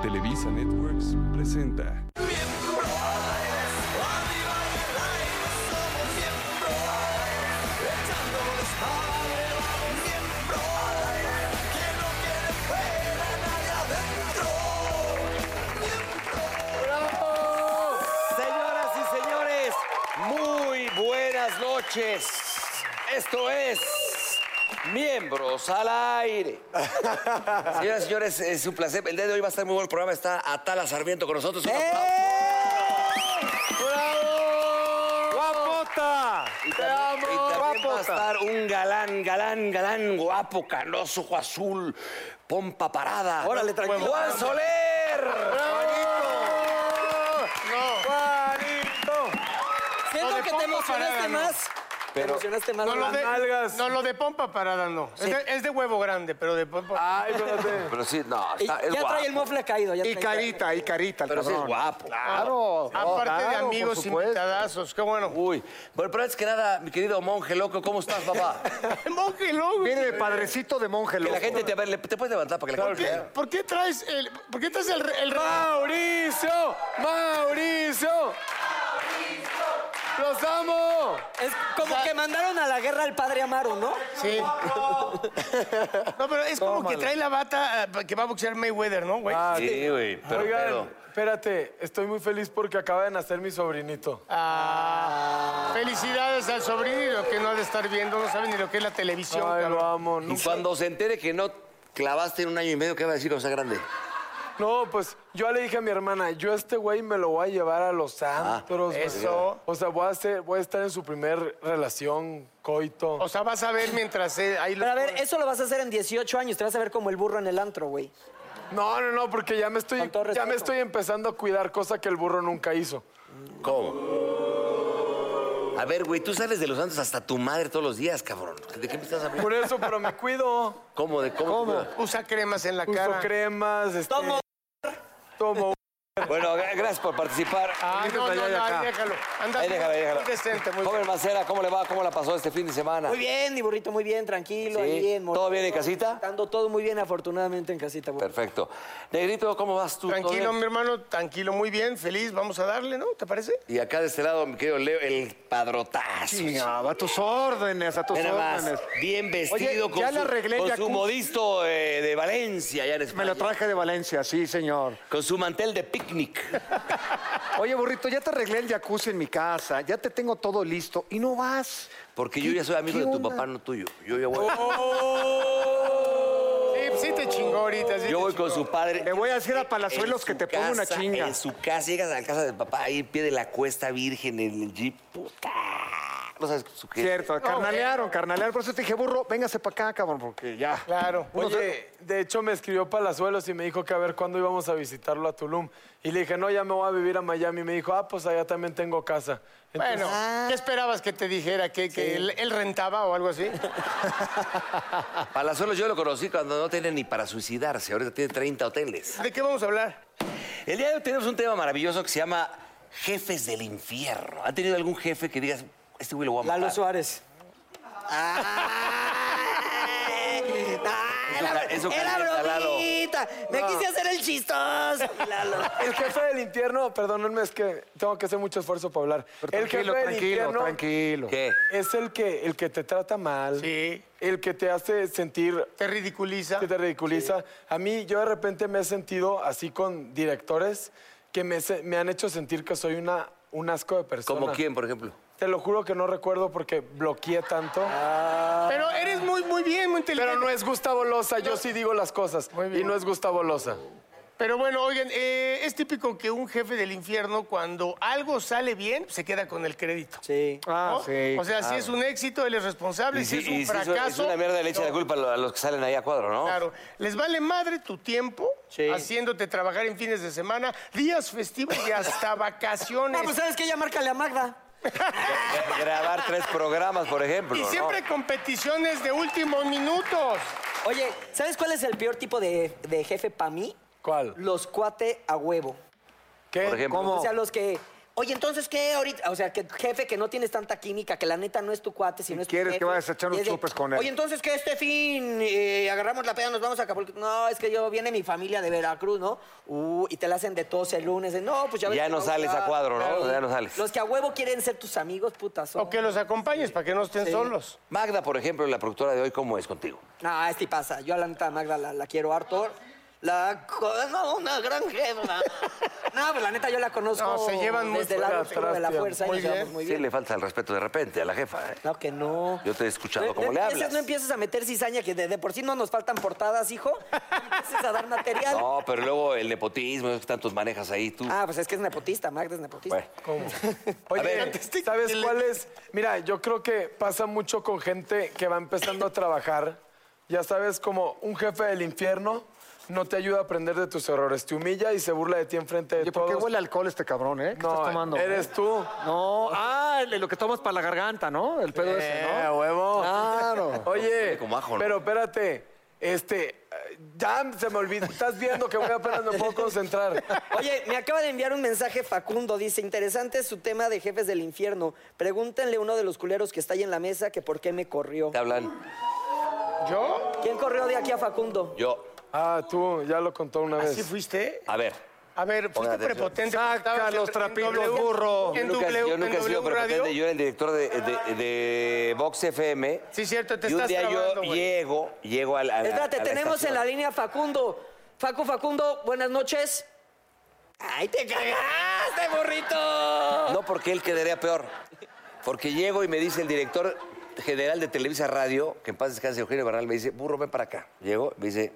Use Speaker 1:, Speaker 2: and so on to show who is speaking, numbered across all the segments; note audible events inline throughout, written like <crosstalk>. Speaker 1: Televisa Networks presenta.
Speaker 2: Señoras y señores, muy buenas noches. Esto es Miembros al Aire. Señoras y señores, es un placer. El día de hoy va a estar muy bueno el programa. Está Atala Sarmiento con nosotros.
Speaker 3: ¡Eh!
Speaker 2: Un aplauso.
Speaker 3: ¡Guapota!
Speaker 2: Y también, y también va a estar un galán, galán, galán, guapo, canoso, ojo azul, pompa parada.
Speaker 3: Órale, tranquilo.
Speaker 2: Juan Soler.
Speaker 3: ¡Juanito!
Speaker 4: Siento que te emocionaste más. te
Speaker 2: Pero,
Speaker 4: emocionaste más.
Speaker 5: No lo,
Speaker 4: Las
Speaker 5: de,
Speaker 4: nalgas.
Speaker 5: no, lo de pompa parada no. Es, de, es de huevo grande, pero de pompa.
Speaker 3: ¡Ay, espérate!
Speaker 2: pero sí, no,
Speaker 4: Y-
Speaker 2: está, es
Speaker 4: ya
Speaker 2: guapo.
Speaker 4: trae el mofle caído. Ya
Speaker 5: Ah, Y
Speaker 4: trae-
Speaker 5: carita, y carita, el
Speaker 2: Pero sí es
Speaker 5: cabrón.
Speaker 2: guapo.
Speaker 3: Claro.
Speaker 5: Aparte de
Speaker 3: claro,
Speaker 5: amigos
Speaker 3: por supuesto.
Speaker 5: invitadazos, qué bueno.
Speaker 2: Uy, bueno, pero antes que nada, mi querido monje loco, ¿cómo estás,
Speaker 4: <laughs>
Speaker 2: papá?
Speaker 5: Monje loco.
Speaker 3: Viene de padrecito de monje
Speaker 2: Que
Speaker 3: loco.
Speaker 2: la gente te, a ver, le- te puedes levantar para que la
Speaker 5: ¿Por
Speaker 2: gente te
Speaker 5: qué,
Speaker 2: vea.
Speaker 5: por qué traes el, por qué traes el, re- el re-
Speaker 3: ¡Mauricio! ¡Mauricio!
Speaker 5: ¡Los amo!
Speaker 4: Es como que mandaron a la guerra al padre Amaro, ¿no?
Speaker 5: Sí. No, pero es como que trae la bata eh, que va a boxear Mayweather, ¿no, güey?
Speaker 2: Sí, güey, pero,
Speaker 6: Oigan,
Speaker 2: pero-
Speaker 6: espérate, estoy muy feliz porque acaba de nacer mi sobrinito.
Speaker 5: Ah, Felicidades al sobrino que no ha de estar viendo, no sabe ni lo que es la televisión.
Speaker 6: Ay, lo
Speaker 5: cabrón.
Speaker 6: amo.
Speaker 2: Y
Speaker 6: nunca-
Speaker 2: cuando se entere que no clavaste en un año y medio, ¿qué va a decir cuando sea grande?
Speaker 6: No, pues yo le dije a mi hermana, yo a este güey me lo voy a llevar a los
Speaker 2: Ah,
Speaker 6: antros. güey.
Speaker 5: eso.
Speaker 6: O sea, voy a, hacer- voy a estar en su primer relación, coito.
Speaker 5: O sea, vas a ver mientras eh, ahí lo
Speaker 4: Pero a ver, eso lo vas a hacer en 18 años. Te vas a ver como el burro en el antro, güey.
Speaker 6: no, no, no, porque ya me estoy,
Speaker 4: Con todo
Speaker 6: ya me
Speaker 4: respeto.
Speaker 6: estoy empezando a cuidar, cosa que el burro nunca hizo.
Speaker 2: ¿Cómo? A ver, güey, tú sales de Los Santos hasta tu madre todos los días, cabrón. ¿De qué me estás hablando?
Speaker 6: Por eso, pero me cuido.
Speaker 2: ¿Cómo? ¿De cómo?
Speaker 5: usa cremas en la
Speaker 6: Uso
Speaker 5: cara.
Speaker 6: cremas, este,
Speaker 4: Tomo.
Speaker 6: tomo.
Speaker 2: Bueno, gra- gracias por participar.
Speaker 5: Ah, no, no,
Speaker 6: allá y
Speaker 5: no, ahí
Speaker 6: acá.
Speaker 5: déjalo. Anda,
Speaker 2: Ahí déjalo, ahí déjalo.
Speaker 5: Muy decente, muy
Speaker 2: Joven Macera, ¿cómo le va? ¿Cómo la pasó este fin de semana?
Speaker 4: Muy bien, mi burrito, muy bien, tranquilo,
Speaker 2: Sí.
Speaker 4: ahí en Mor-
Speaker 2: ¿Todo bien en casita?
Speaker 4: Dando todo muy bien, afortunadamente, en casita, güey.
Speaker 2: Perfecto. Negrito, ¿cómo vas tú? ¿Todo
Speaker 5: Tranquilo,
Speaker 2: bien?
Speaker 5: mi hermano, tranquilo, muy bien, feliz, vamos a darle, ¿no? ¿Te parece?
Speaker 2: Y acá de este lado, mi querido Leo, el padrotazo.
Speaker 3: Chingaba, a tus órdenes, a tus
Speaker 2: Ve nada más,
Speaker 3: órdenes.
Speaker 2: bien vestido
Speaker 3: Oye,
Speaker 2: con,
Speaker 3: ya
Speaker 2: su,
Speaker 3: le arreglé
Speaker 2: con
Speaker 3: el
Speaker 2: su
Speaker 3: jacuzzi.
Speaker 2: modisto eh, de Valencia, allá en España.
Speaker 3: Me lo traje de Valencia, sí, señor.
Speaker 2: Con su mantel de picnic.
Speaker 3: Oye, burrito, ya te arreglé el jacuzzi en mi casa, ya te tengo todo listo y no vas.
Speaker 2: Porque yo
Speaker 3: ¿Qué-
Speaker 2: ya soy amigo
Speaker 3: qué
Speaker 2: de tu
Speaker 3: onda? Oh,
Speaker 2: papá, no tuyo. Yo ya voy,
Speaker 5: Sí, sí te chingó ahorita. Sí
Speaker 2: yo
Speaker 5: te
Speaker 2: voy con
Speaker 5: chingó.
Speaker 2: su padre.
Speaker 3: Le voy a decir a Palazuelos
Speaker 2: En
Speaker 3: que
Speaker 2: su
Speaker 3: te ponga una
Speaker 2: casa,
Speaker 3: chinga.
Speaker 2: En su casa, llegas a la casa del papá, ahí en pie de la cuesta virgen, en el jeep. Puta. No sabes su qué.
Speaker 3: Cierto, carnalearon, carnalearon. Por eso te dije, burro, véngase para acá, cabrón, porque ya.
Speaker 5: Claro.
Speaker 6: Oye, de hecho me escribió Palazuelos y me dijo que a ver cuándo íbamos a visitarlo a Tulum. Y le dije, no, ya me voy a vivir a Miami. Y me dijo, ah, pues allá también tengo casa. Entonces,
Speaker 5: Bueno, ¿qué esperabas que te dijera? ¿Que, que él, él rentaba o algo así?
Speaker 2: Ah, Palazuelos yo lo conocí cuando no tenía ni para suicidarse. Ahorita tiene 30 hoteles.
Speaker 5: ¿De qué vamos a hablar?
Speaker 2: El día de hoy tenemos un tema maravilloso que se llama Jefes del Infierno. ¿Han tenido algún jefe que digas, este güey lo voy a matar?
Speaker 4: Lalo Suárez.
Speaker 2: Eso ca- eso calienta, Lalo.
Speaker 4: Me quise hacer el chistoso, Lalo.
Speaker 6: <laughs> el jefe del infierno, perdónenme, es que tengo que hacer mucho esfuerzo para hablar.
Speaker 3: Pero
Speaker 6: el jefe
Speaker 3: tranquilo,
Speaker 6: del
Speaker 3: tranquilo,
Speaker 6: infierno
Speaker 3: tranquilo.
Speaker 2: ¿Qué?
Speaker 6: es el que, el que te trata mal.
Speaker 5: Sí.
Speaker 6: El que te hace sentir
Speaker 5: ¿Te ridiculiza?
Speaker 6: que te ridiculiza. A mí, yo de repente me he sentido así con directores que me, se- me han hecho sentir que soy una un asco de persona.
Speaker 2: ¿Como quién, por ejemplo?
Speaker 6: Te lo juro que no recuerdo porque bloqueé tanto.
Speaker 5: Pero eres muy, muy bien, muy inteligente.
Speaker 6: Pero no es Gustavo Loza, yo sí digo las cosas. Y no es Gustavo Loza.
Speaker 5: Pero bueno, oigan, eh, es típico que un jefe del infierno, cuando algo sale bien, se queda con el crédito.
Speaker 4: Sí.
Speaker 3: Ah,
Speaker 5: ¿no? O sea, si es un éxito, él es responsable.
Speaker 2: Y
Speaker 5: si,
Speaker 2: sí,
Speaker 5: es un
Speaker 2: y sí,
Speaker 5: fracaso.
Speaker 2: es una mierda le echa la culpa a lo- a los que salen ahí a cuadro, ¿no?
Speaker 5: Claro. Les vale madre tu tiempo
Speaker 4: Sí.
Speaker 5: haciéndote trabajar en fines de semana, días festivos y hasta <laughs> vacaciones.
Speaker 4: No, pues sabes que ya márcale a Magda.
Speaker 2: Gra- Grabar tres programas, por ejemplo.
Speaker 5: y
Speaker 2: ¿no?
Speaker 5: siempre competiciones de últimos minutos.
Speaker 4: Oye, ¿sabes cuál es el peor tipo de, de jefe para mí?
Speaker 6: ¿Cuál?
Speaker 4: Los cuate a huevo.
Speaker 6: ¿Qué?
Speaker 2: Por ejemplo. pues,
Speaker 4: O sea, los que. Oye, entonces, ¿qué ahorita? O sea, que jefe que no tienes tanta química, que la neta no es tu cuate, sino es tu
Speaker 3: quieres que
Speaker 4: jefe.
Speaker 3: vayas a
Speaker 4: Y
Speaker 3: echar unos
Speaker 4: es de,
Speaker 3: chupes con él.
Speaker 4: Oye, entonces, que este fin eh, agarramos la peda, nos vamos a Acapulco. No, es que yo viene mi familia de Veracruz, ¿no? Uh, y te la hacen de tos el lunes. de, no, pues ya ves
Speaker 2: Ya
Speaker 4: que
Speaker 2: no
Speaker 4: va
Speaker 2: sales
Speaker 4: usar".
Speaker 2: a cuadro, ¿no? Ya no sales.
Speaker 4: Los que a huevo quieren ser tus amigos, putas. son.
Speaker 5: O que los acompañes para que no estén solos.
Speaker 2: Magda, por ejemplo, la productora de hoy, ¿cómo es contigo?
Speaker 4: No, este pasa. Yo a la neta Magda la, la quiero harto. La co- no, una gran jefa. No, pues la neta yo la conozco
Speaker 5: No, se llevan muy
Speaker 4: desde el
Speaker 5: fuera
Speaker 4: lado
Speaker 5: atrás,
Speaker 4: oscuro de la
Speaker 5: tío.
Speaker 4: fuerza y
Speaker 5: Muy
Speaker 4: nos llevamos
Speaker 5: bien.
Speaker 4: muy
Speaker 2: Sí,
Speaker 4: bien.
Speaker 2: le falta el respeto de repente a la jefa. ¿eh?
Speaker 4: No, que no.
Speaker 2: Yo te he escuchado
Speaker 4: No-
Speaker 2: cómo
Speaker 4: no
Speaker 2: le
Speaker 4: empiezas-
Speaker 2: hablas.
Speaker 4: No empieces a meter cizaña, que de, de por sí no nos faltan portadas, hijo. No empieces a dar material.
Speaker 2: No, pero luego el nepotismo, es que tantos manejas ahí tú.
Speaker 4: Ah, pues es que es nepotista, Magda es nepotista.
Speaker 2: Bueno.
Speaker 6: Oye,
Speaker 2: A ver.
Speaker 6: antes te- ¿sabes cuál es? Mira, yo creo que pasa mucho con gente que va empezando a trabajar. Ya sabes, como un jefe del infierno no te ayuda a aprender de tus errores. Te humilla y se burla de ti enfrente de
Speaker 3: Oye, ¿por
Speaker 6: todos.
Speaker 3: qué huele a alcohol este cabrón, eh? ¿Qué
Speaker 6: No,
Speaker 3: estás tomando?
Speaker 6: eres tú.
Speaker 3: No, ah, el- lo que tomas para la garganta, ¿no? El pedo ese, ¿no?
Speaker 6: Eh, huevo.
Speaker 3: Claro.
Speaker 6: Oye,
Speaker 2: como ajo, ¿no?
Speaker 6: pero espérate. Este, eh, ya se me olvidó. Estás viendo que voy apenas me puedo concentrar.
Speaker 4: Oye, me acaba de enviar un mensaje Facundo. Dice, interesante su tema de jefes del infierno. Pregúntenle a uno de los culeros que está ahí en la mesa que por qué me corrió.
Speaker 2: Te hablan.
Speaker 5: ¿Yo?
Speaker 4: ¿Quién corrió de aquí a Facundo?
Speaker 2: Yo.
Speaker 6: Ah, tú, ya lo contó una vez.
Speaker 5: ¿Así fuiste?
Speaker 2: A ver.
Speaker 5: A ver,
Speaker 2: Pongan
Speaker 5: fuiste
Speaker 2: atención.
Speaker 5: prepotente.
Speaker 3: Saca
Speaker 5: Estabas en-
Speaker 3: los
Speaker 5: en
Speaker 3: trapitos,
Speaker 5: W,
Speaker 3: burro.
Speaker 5: En
Speaker 2: yo nunca,
Speaker 5: W,
Speaker 2: yo
Speaker 5: en
Speaker 2: nunca he
Speaker 5: W
Speaker 2: sido prepotente,
Speaker 5: Radio.
Speaker 2: yo era el director de, de- de Vox FM.
Speaker 5: Sí, cierto, te
Speaker 2: y un
Speaker 5: estás
Speaker 2: día yo
Speaker 5: trabando, güey.
Speaker 2: llego, llego al. a la-
Speaker 4: Espérate,
Speaker 2: a
Speaker 4: tenemos
Speaker 2: estación.
Speaker 4: en la línea a Facundo. Facu, Facundo, buenas noches. ¡Ay, te cagaste, burrito!
Speaker 2: No, porque él quedaría peor. Porque llego y me dice el director general de Televisa Radio, que en paz descanse Eugenio Barral, me dice, burro, ven para acá. Llego, me dice,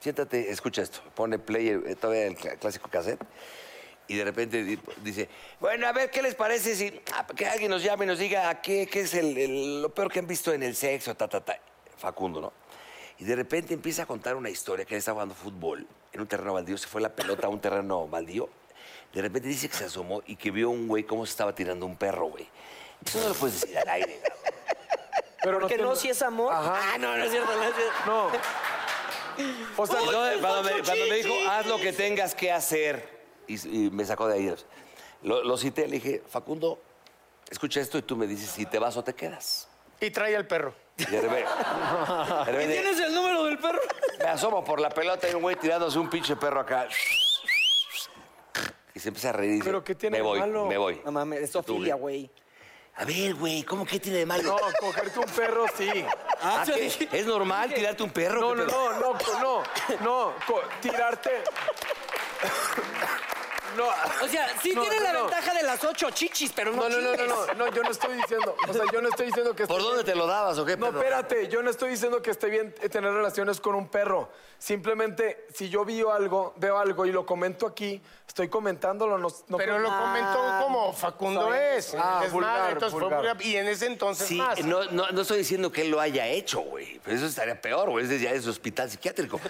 Speaker 2: siéntate, escucha esto. Pone play, eh, todavía el cl- clásico cassette. Y de repente di- dice, bueno, a ver, ¿qué les parece si ah, que alguien nos llame y nos diga a qué, qué es el- el- lo peor que han visto en el sexo, ta, ta, ta? Facundo, ¿no? Y de repente empieza a contar una historia que él estaba jugando fútbol en un terreno baldío, se fue la pelota a un terreno baldío. De repente dice que se asomó y que vio a un güey cómo se estaba tirando un perro, güey. Eso no lo puedes decir al aire. güey.
Speaker 6: Pero
Speaker 4: Porque
Speaker 6: te-
Speaker 4: no, si es amor.
Speaker 2: Ah, no, no es cierto, no es cierto.
Speaker 6: No. O sea,
Speaker 2: Y
Speaker 6: no,
Speaker 2: entonces, cuando, me, cuando me dijo, haz lo que tengas que hacer, y, y me sacó de ahí. Lo, lo cité, le dije, Facundo, escucha esto y tú me dices si te vas o te quedas.
Speaker 5: Y trae al perro.
Speaker 2: Y de repente, <laughs> de repente,
Speaker 4: ¿Tienes el número del perro?
Speaker 2: me asomo por la pelota y un güey tirándose un pinche perro acá. Y se empieza a reír. y dice,
Speaker 6: Pero, ¿qué tiene
Speaker 2: me
Speaker 6: de
Speaker 2: voy,
Speaker 6: malo?
Speaker 2: me voy.
Speaker 4: No mames, es
Speaker 2: Tú,
Speaker 4: Sofía, güey.
Speaker 2: A ver, güey, ¿cómo que tiene de malo?
Speaker 6: no, cogerte un perro <laughs> sí.
Speaker 2: Ah,
Speaker 4: Ah, yo
Speaker 2: ¿qué?
Speaker 4: dije-
Speaker 2: ¿Es normal tirarte un perro?
Speaker 6: No,
Speaker 2: ¿Qué
Speaker 6: no,
Speaker 2: pedo?
Speaker 6: no, no, co- no, no, co- tirarte. No,
Speaker 4: O sea, sí
Speaker 6: No,
Speaker 4: tiene
Speaker 6: no,
Speaker 4: la
Speaker 6: no.
Speaker 4: ventaja de las ocho chichis, pero no
Speaker 6: no, no, no, no,
Speaker 4: chingues.
Speaker 6: no, no, yo no estoy diciendo, o sea, yo no estoy diciendo que...
Speaker 2: <laughs> ¿Por
Speaker 6: esté
Speaker 2: dónde
Speaker 6: bien.
Speaker 2: te lo dabas o qué?
Speaker 6: No,
Speaker 2: pedo?
Speaker 6: espérate, yo no estoy diciendo que esté bien eh, tener relaciones con un perro. Simplemente, si yo veo algo, veo algo y lo comento aquí, estoy comentándolo, no... no
Speaker 5: Pero lo comentó como Facundo es.
Speaker 6: Ah,
Speaker 5: Es
Speaker 6: vulgar,
Speaker 5: madre, entonces fue
Speaker 6: vulgar.
Speaker 5: vulgar. Y en ese entonces
Speaker 2: Sí,
Speaker 5: más.
Speaker 2: no, no, no estoy diciendo que él lo haya hecho, güey. Pero eso estaría peor, güey. Ese ya es hospital psiquiátrico.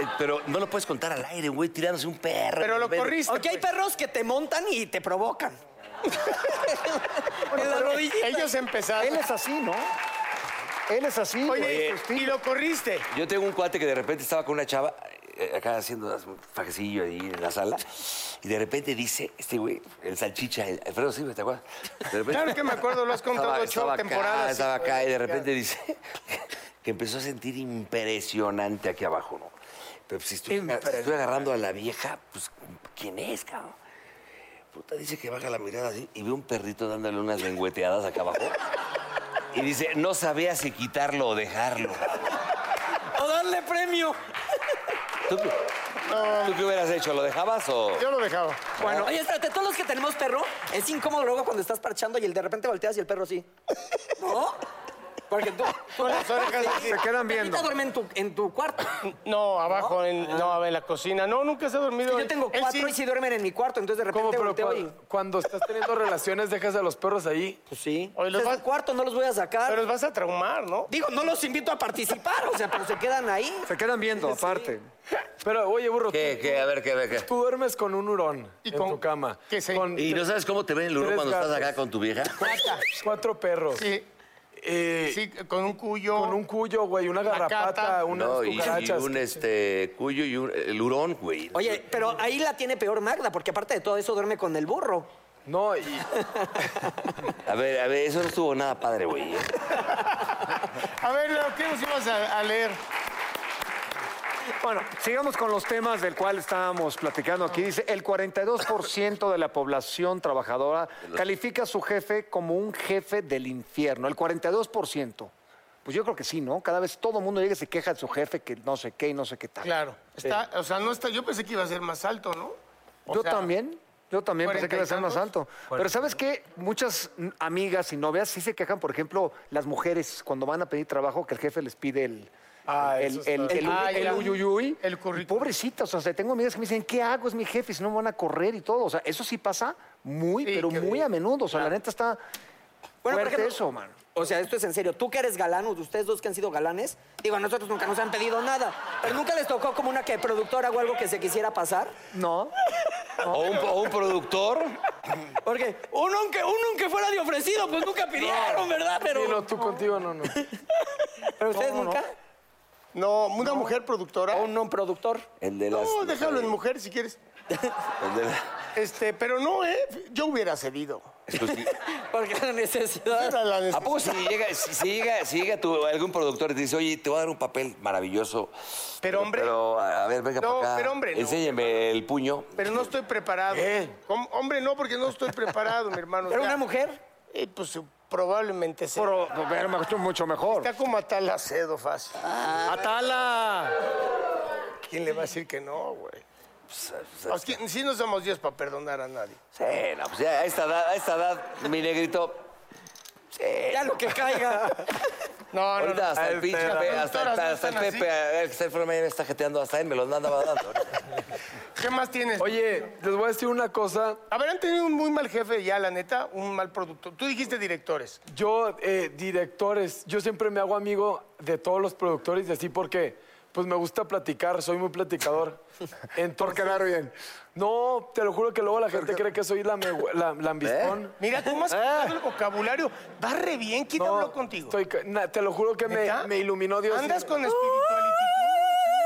Speaker 2: Eh, Pero no lo puedes contar al aire, güey, tirándose un perro.
Speaker 5: Pero lo
Speaker 2: Ver-
Speaker 5: corriste.
Speaker 4: Aunque hay perros que te montan y te provocan. en la
Speaker 5: Pero
Speaker 4: rodillita.
Speaker 5: Ellos empezaron.
Speaker 3: Él es así, ¿no? Él es así.
Speaker 5: Oye,
Speaker 3: güey, su
Speaker 5: y
Speaker 3: estilo.
Speaker 5: lo corriste.
Speaker 2: Yo tengo un cuate que de repente estaba con una chava eh, acá haciendo unas- un fajecillo ahí en la sala. Y de repente dice, este güey, el salchicha, el Alfredo Silva, ¿te acuerdas? De repente-
Speaker 5: Claro que me acuerdo, lo has contado
Speaker 2: Estaba-
Speaker 5: ocho
Speaker 2: estaba acá,
Speaker 5: temporadas.
Speaker 2: estaba acá y de repente dice <laughs> que empezó a sentir impresionante aquí abajo, ¿no? Pero pues, si estoy, agarrando a la vieja, pues, ¿quién es, cabrón? Puta, dice que baja la mirada así y ve un perrito dándole unas lengüeteadas acá abajo. Y dice, no sabía si quitarlo o dejarlo.
Speaker 4: O darle premio.
Speaker 2: ¿Tú, qué- tú qué hubieras hecho? ¿Lo dejabas o...?
Speaker 5: Yo lo dejaba.
Speaker 4: Bueno, oye, espérate, todos los que tenemos perro, es incómodo luego cuando estás parchando y el de repente volteas y el perro así. ¿No? Porque tú. tú
Speaker 5: las orejas así.
Speaker 3: Se quedan viendo.
Speaker 4: Perrita duerme en tu, en tu cuarto.
Speaker 5: No, abajo, En, no, a ver, en la cocina. No, nunca se ha dormido.
Speaker 4: Yo tengo
Speaker 5: Él
Speaker 4: cuatro
Speaker 5: sí.
Speaker 4: y si duermen en mi cuarto, entonces de
Speaker 6: ¿Cómo?
Speaker 4: repente
Speaker 6: Pero
Speaker 4: volteo
Speaker 6: cua-
Speaker 4: y.
Speaker 6: cuando estás teniendo relaciones, dejas a los perros ahí.
Speaker 4: Pues sí.
Speaker 5: Oye, los
Speaker 4: Ese es
Speaker 5: vas-
Speaker 4: mi cuarto, no los voy a sacar.
Speaker 5: Pero los vas a traumar, ¿no?
Speaker 4: Digo, no los invito a participar, o sea, pero se quedan ahí.
Speaker 3: Se quedan viendo, aparte.
Speaker 6: Pero, oye, burro,
Speaker 2: ¿Qué, qué? A ver, qué, a ver, qué.
Speaker 6: tú duermes con un hurón
Speaker 5: Y
Speaker 6: en
Speaker 5: con-
Speaker 6: tu cama.
Speaker 5: ¿Qué sé?
Speaker 6: Con
Speaker 2: ¿Y no sabes cómo te ven el hurón
Speaker 6: Tres
Speaker 2: cuando estás
Speaker 6: gatos.
Speaker 2: acá con tu vieja?
Speaker 6: cuatro perros.
Speaker 5: Sí.
Speaker 6: Eh,
Speaker 5: Sí, con un cuyo.
Speaker 6: Con un cuyo, güey, una
Speaker 5: La
Speaker 6: garrapata,
Speaker 5: cata.
Speaker 6: unas
Speaker 2: No, y, y
Speaker 6: cucarachas.
Speaker 2: un este, cuyo y un, el hurón, güey.
Speaker 4: Oye, pero ahí la tiene peor Magda, porque aparte de todo eso duerme con el burro.
Speaker 6: No,
Speaker 5: <laughs>
Speaker 6: y
Speaker 2: A ver, a ver, eso no estuvo nada padre, güey. ¿eh?
Speaker 5: A ver, Leo, ¿qué nos ibas a, a leer?
Speaker 3: Bueno, sigamos con los temas del cual estábamos platicando aquí. Dice, el 42% de la población trabajadora califica a su jefe como un jefe del infierno. El 42%. Pues yo creo que sí, ¿no? Cada vez todo el mundo llega y se queja de su jefe que no sé qué y no sé qué tal.
Speaker 5: Claro. Está, O sea, no está. Yo pensé que iba a ser más alto, ¿no? O
Speaker 3: Yo
Speaker 5: sea,
Speaker 3: también. Yo también pensé que iba a ser más
Speaker 5: ¿cuarenta
Speaker 3: alto. Pero ¿sabes qué? Muchas mm, amigas y novias sí se quejan, por ejemplo, las mujeres cuando van a pedir trabajo que el jefe les pide el...
Speaker 6: Ah,
Speaker 3: el,
Speaker 6: eso
Speaker 3: el,
Speaker 6: está-
Speaker 3: el-
Speaker 5: Ah,
Speaker 3: el
Speaker 5: ya.
Speaker 3: uyuyuy.
Speaker 5: El
Speaker 3: Y
Speaker 5: currículum.
Speaker 3: Pobrecita, o sea, se- tengo amigas que me dicen, ¿qué hago? Es mi jefe, si no me van a correr y todo. O sea, eso sí pasa muy,
Speaker 5: Sí,
Speaker 3: pero
Speaker 5: qué
Speaker 3: muy
Speaker 5: bien.
Speaker 3: a menudo. O sea, la neta está
Speaker 4: Bueno, por
Speaker 3: fuerte
Speaker 4: ejemplo-
Speaker 3: eso, mano.
Speaker 4: O sea, esto es en serio. Tú que eres galán, o de ustedes dos que han sido galanes, digo, a nosotros nunca nos han pedido nada. Pero nunca les tocó como una que productora o algo que se quisiera pasar.
Speaker 3: No,
Speaker 2: O un, o un productor.
Speaker 4: Porque uno aunque, uno aunque fuera de ofrecido, pues nunca pidieron, ¿verdad? Pero,
Speaker 6: y no, tú contigo no, no.
Speaker 4: pero ustedes nunca.
Speaker 5: No, una mujer productora.
Speaker 4: O un no productor.
Speaker 2: El de las.
Speaker 5: No, déjalo en mujer si quieres.
Speaker 2: el de la-
Speaker 5: Este, pero no, ¿eh? Yo hubiera cedido.
Speaker 2: Pues sí.
Speaker 4: Porque la
Speaker 7: Ah,
Speaker 4: necesidad.
Speaker 5: Era la
Speaker 2: ¿A
Speaker 5: necesidad.
Speaker 2: poco si llega, si, si llega, si llega tu- algún productor y te dice, oye, te voy a dar un papel maravilloso.
Speaker 5: Pero, hombre.
Speaker 2: Pero, a a ver, venga
Speaker 5: No,
Speaker 2: para acá.
Speaker 5: pero, hombre, no.
Speaker 2: Enséñame el puño.
Speaker 5: Pero no estoy preparado. Hom- Hombre, no, porque no estoy preparado, mi hermano.
Speaker 4: Era
Speaker 5: O sea,
Speaker 4: una mujer.
Speaker 5: eh, pues probablemente sea.
Speaker 3: pero, pero me gustó mucho mejor.
Speaker 5: Está como Atalacedo fácil.
Speaker 3: ¡Atala!
Speaker 5: ¿Quién le va a decir que no, güey? Pues, ¿quién- sí no somos Dios para perdonar a nadie.
Speaker 2: Sí, no, pues ya a esta edad, a esta edad, mi negrito.
Speaker 4: Ya lo que caiga.
Speaker 5: No, no,
Speaker 2: Ahorita hasta el
Speaker 6: Este,
Speaker 2: pinche
Speaker 6: las
Speaker 2: Pepe, hasta,
Speaker 5: productoras
Speaker 2: hasta-
Speaker 5: no
Speaker 2: hasta el
Speaker 5: están así.
Speaker 2: Pepe, a ver, que está enfermo ahí, me está jeteando, hasta él me los andaba dando. ahorita.
Speaker 5: ¿Qué más tienes?
Speaker 6: Oye, les voy a decir una cosa.
Speaker 5: Habrán tenido un muy mal jefe ya, la neta, un mal productor. Tú dijiste directores.
Speaker 6: Yo, eh, directores, yo siempre me hago amigo de todos los productores y así porque pues me gusta platicar, soy
Speaker 5: <laughs>
Speaker 6: muy platicador. Entonces, Por quedar bien. No, te lo juro que luego la gente cree que soy la, me- la-
Speaker 2: ¿Eh?
Speaker 6: lambiscón.
Speaker 5: Mira, ¿cómo
Speaker 6: <laughs>
Speaker 5: has quitado el vocabulario? Va re bien. ¿Quién
Speaker 6: Ah. No,
Speaker 5: habló contigo?
Speaker 6: estoy ca- na- te lo juro que me,
Speaker 5: ¿Neta?
Speaker 6: me iluminó Dios.
Speaker 5: Andas
Speaker 6: Y-
Speaker 5: con espiritualidad.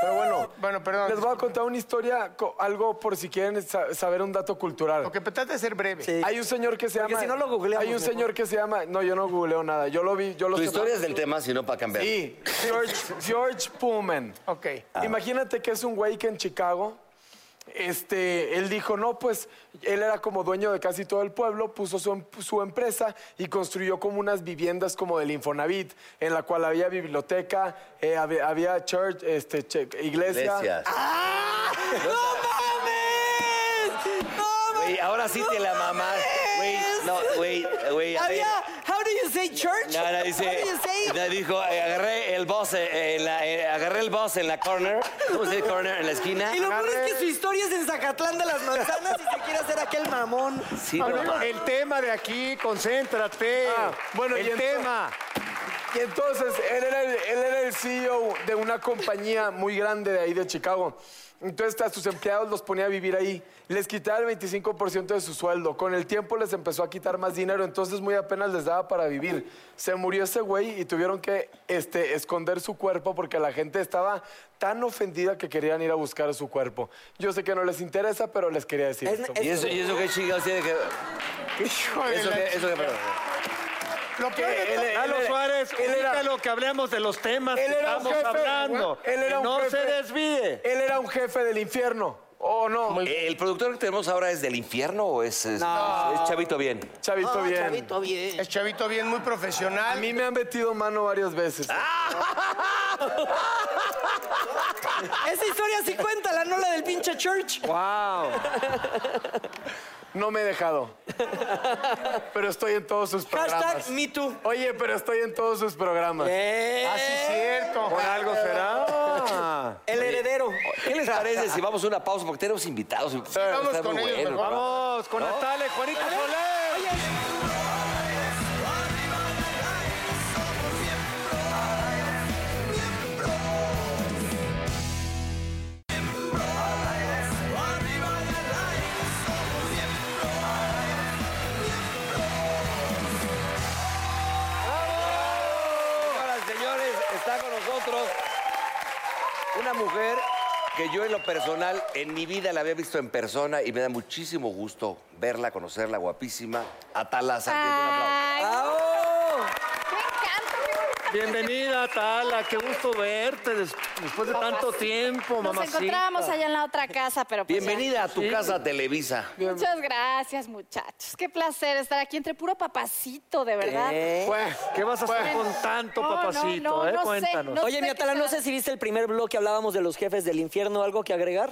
Speaker 6: Pero bueno,
Speaker 5: Bueno, perdón.
Speaker 6: les voy a contar una historia, co- algo por si quieren sa- saber un dato cultural.
Speaker 5: Lo que trata de ser breve.
Speaker 6: Hay un señor que se
Speaker 4: Porque
Speaker 6: llama.
Speaker 4: si no lo googleamos,
Speaker 6: Hay un
Speaker 4: mejor.
Speaker 6: señor que se llama. No, yo no googleo nada. Yo lo vi, yo lo
Speaker 2: Tu
Speaker 6: sé.
Speaker 2: historia es del tema, sino para cambiar.
Speaker 6: Sí, George, George Pullman. Ah.
Speaker 5: Ok.
Speaker 6: Imagínate que es un güey que en Chicago, este, él dijo, no, pues, él era como dueño de casi todo el pueblo, puso su, em- su empresa y construyó como unas viviendas como del Infonavit, en la cual había biblioteca, eh, habe- había, church, este, che- iglesia.
Speaker 2: Iglesias.
Speaker 5: Ah,
Speaker 4: ¡Ah!
Speaker 2: Güey, ahora sí te la mamás. Güey, no, güey, güey. a ver.
Speaker 4: Había. How do you say church?
Speaker 2: No, no, dice,
Speaker 4: How do you say?
Speaker 2: no, dijo, eh, agarré el boss eh, en la, eh, agarré el boss en la corner, ¿cómo se dice corner? En la esquina.
Speaker 4: Y lo peor
Speaker 3: Agarré-
Speaker 4: es que su historia es en Zacatlán de las Manzanas y se quiere hacer aquel mamón.
Speaker 2: Sí, no,
Speaker 3: El tema de aquí, concéntrate.
Speaker 6: Ah, bueno, y
Speaker 3: el
Speaker 6: ento-
Speaker 3: tema.
Speaker 6: Y entonces él era, el, él era el CEO de una compañía muy grande de ahí de Chicago. Entonces a sus empleados los ponía a vivir ahí. Les quitaba el 25% de su sueldo. Con el tiempo les empezó a quitar más dinero. Entonces muy apenas les daba para vivir. Se murió ese güey y tuvieron que este, esconder su cuerpo porque la gente estaba tan ofendida que querían ir a buscar su cuerpo. Yo sé que no les interesa, pero les quería decir.
Speaker 4: Es-
Speaker 6: esto.
Speaker 2: ¿Y eso, y eso qué chingados tiene que ver?
Speaker 5: Hijo de
Speaker 2: Eso
Speaker 5: la
Speaker 2: que, eso que,
Speaker 5: Lo peor de todo-
Speaker 3: Lalo
Speaker 6: era-
Speaker 3: Suárez,
Speaker 6: él era-
Speaker 3: lo que hablemos de los temas que
Speaker 6: Él era un
Speaker 3: estamos
Speaker 6: jefe.
Speaker 3: hablando.
Speaker 6: Él era
Speaker 3: Que
Speaker 6: un
Speaker 3: no
Speaker 6: jefe.
Speaker 3: se desvíe.
Speaker 6: Él era un jefe del infierno. Oh, no.
Speaker 2: ¿El productor que tenemos ahora es del infierno o es, es- es Chavito Bien?
Speaker 4: Ah,
Speaker 6: Chavito,
Speaker 7: Ah,
Speaker 6: bien.
Speaker 8: Chavito, bien.
Speaker 5: Es chavito bien, muy
Speaker 6: A
Speaker 5: profesional.
Speaker 6: mí me han metido mano varias veces.
Speaker 4: Esa historia sí cuéntala, no la del pinche church.
Speaker 6: ¡Wow! No me he dejado. Pero estoy en todos sus programas.
Speaker 4: Hashtag me too.
Speaker 6: Oye, pero estoy en todos sus programas.
Speaker 4: Eh,
Speaker 5: Ah, sí, cierto.
Speaker 6: ¿Por algo será?
Speaker 4: el heredero.
Speaker 2: ¿Qué les parece si vamos a una pausa? Porque tenemos invitados.
Speaker 5: vamos
Speaker 2: Está muy
Speaker 5: con ellos mejor.
Speaker 2: bueno, ¿no?
Speaker 3: Vamos
Speaker 6: Oh.
Speaker 3: con Natale, Juanito Soler.
Speaker 2: Señoras y señores, está con nosotros una mujer que yo en lo personal, en mi vida la había visto en persona y me da muchísimo gusto verla, conocerla, guapísima. Atala Sarmiento, un
Speaker 7: Ay,
Speaker 2: aplauso.
Speaker 4: ¡Oh!
Speaker 7: qué encanto, qué bonito.
Speaker 3: Bienvenida, Tala. Qué gusto verte des- después de tanto tiempo,
Speaker 7: Nos
Speaker 3: mamacita.
Speaker 7: encontrábamos allá en la otra casa, pero pues ya.
Speaker 2: Bienvenida a tu casa Televisa.
Speaker 7: Muchas gracias, muchachos. Qué placer estar aquí entre puro papacito, de verdad.
Speaker 4: Eh.
Speaker 3: Bueno, ¿Qué vas a hacer con tanto
Speaker 7: No, no,
Speaker 3: papacito?
Speaker 7: no,
Speaker 3: eh?
Speaker 7: no sé,
Speaker 3: Cuéntanos.
Speaker 7: no
Speaker 4: Oye,
Speaker 7: sé
Speaker 4: mi
Speaker 7: qué
Speaker 4: Atala, no
Speaker 7: tal.
Speaker 4: sé si viste el primer blog que hablábamos de los jefes del infierno. ¿Algo
Speaker 7: <laughs>
Speaker 4: que agregar?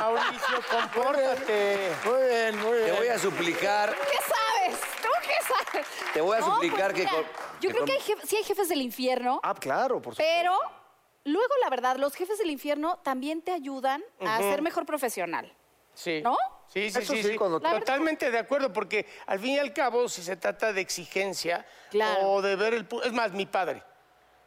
Speaker 5: Mauricio, compórtate.
Speaker 6: Muy bien, muy
Speaker 2: Te voy a suplicar,
Speaker 7: ¿Qué sabes? ¿Tú qué sabes?
Speaker 2: Te voy a
Speaker 7: No,
Speaker 2: suplicar
Speaker 7: pues
Speaker 2: que
Speaker 7: mira,
Speaker 2: con-
Speaker 7: Yo
Speaker 2: que
Speaker 7: creo
Speaker 2: con-
Speaker 7: que hay jef- sí hay jefes del infierno,
Speaker 3: Ah, claro, por supuesto.
Speaker 7: pero luego, la verdad, los jefes del infierno también te ayudan a ser mejor profesional.
Speaker 5: Sí.
Speaker 7: ¿No?
Speaker 5: Sí, sí,
Speaker 3: Eso
Speaker 5: sí.
Speaker 3: sí,
Speaker 5: sí.
Speaker 3: cuando-
Speaker 7: La verdad-
Speaker 5: Totalmente de acuerdo, porque al fin y al cabo, si se trata de exigencia
Speaker 7: Claro.
Speaker 5: o de ver el... pu- Es más, mi padre.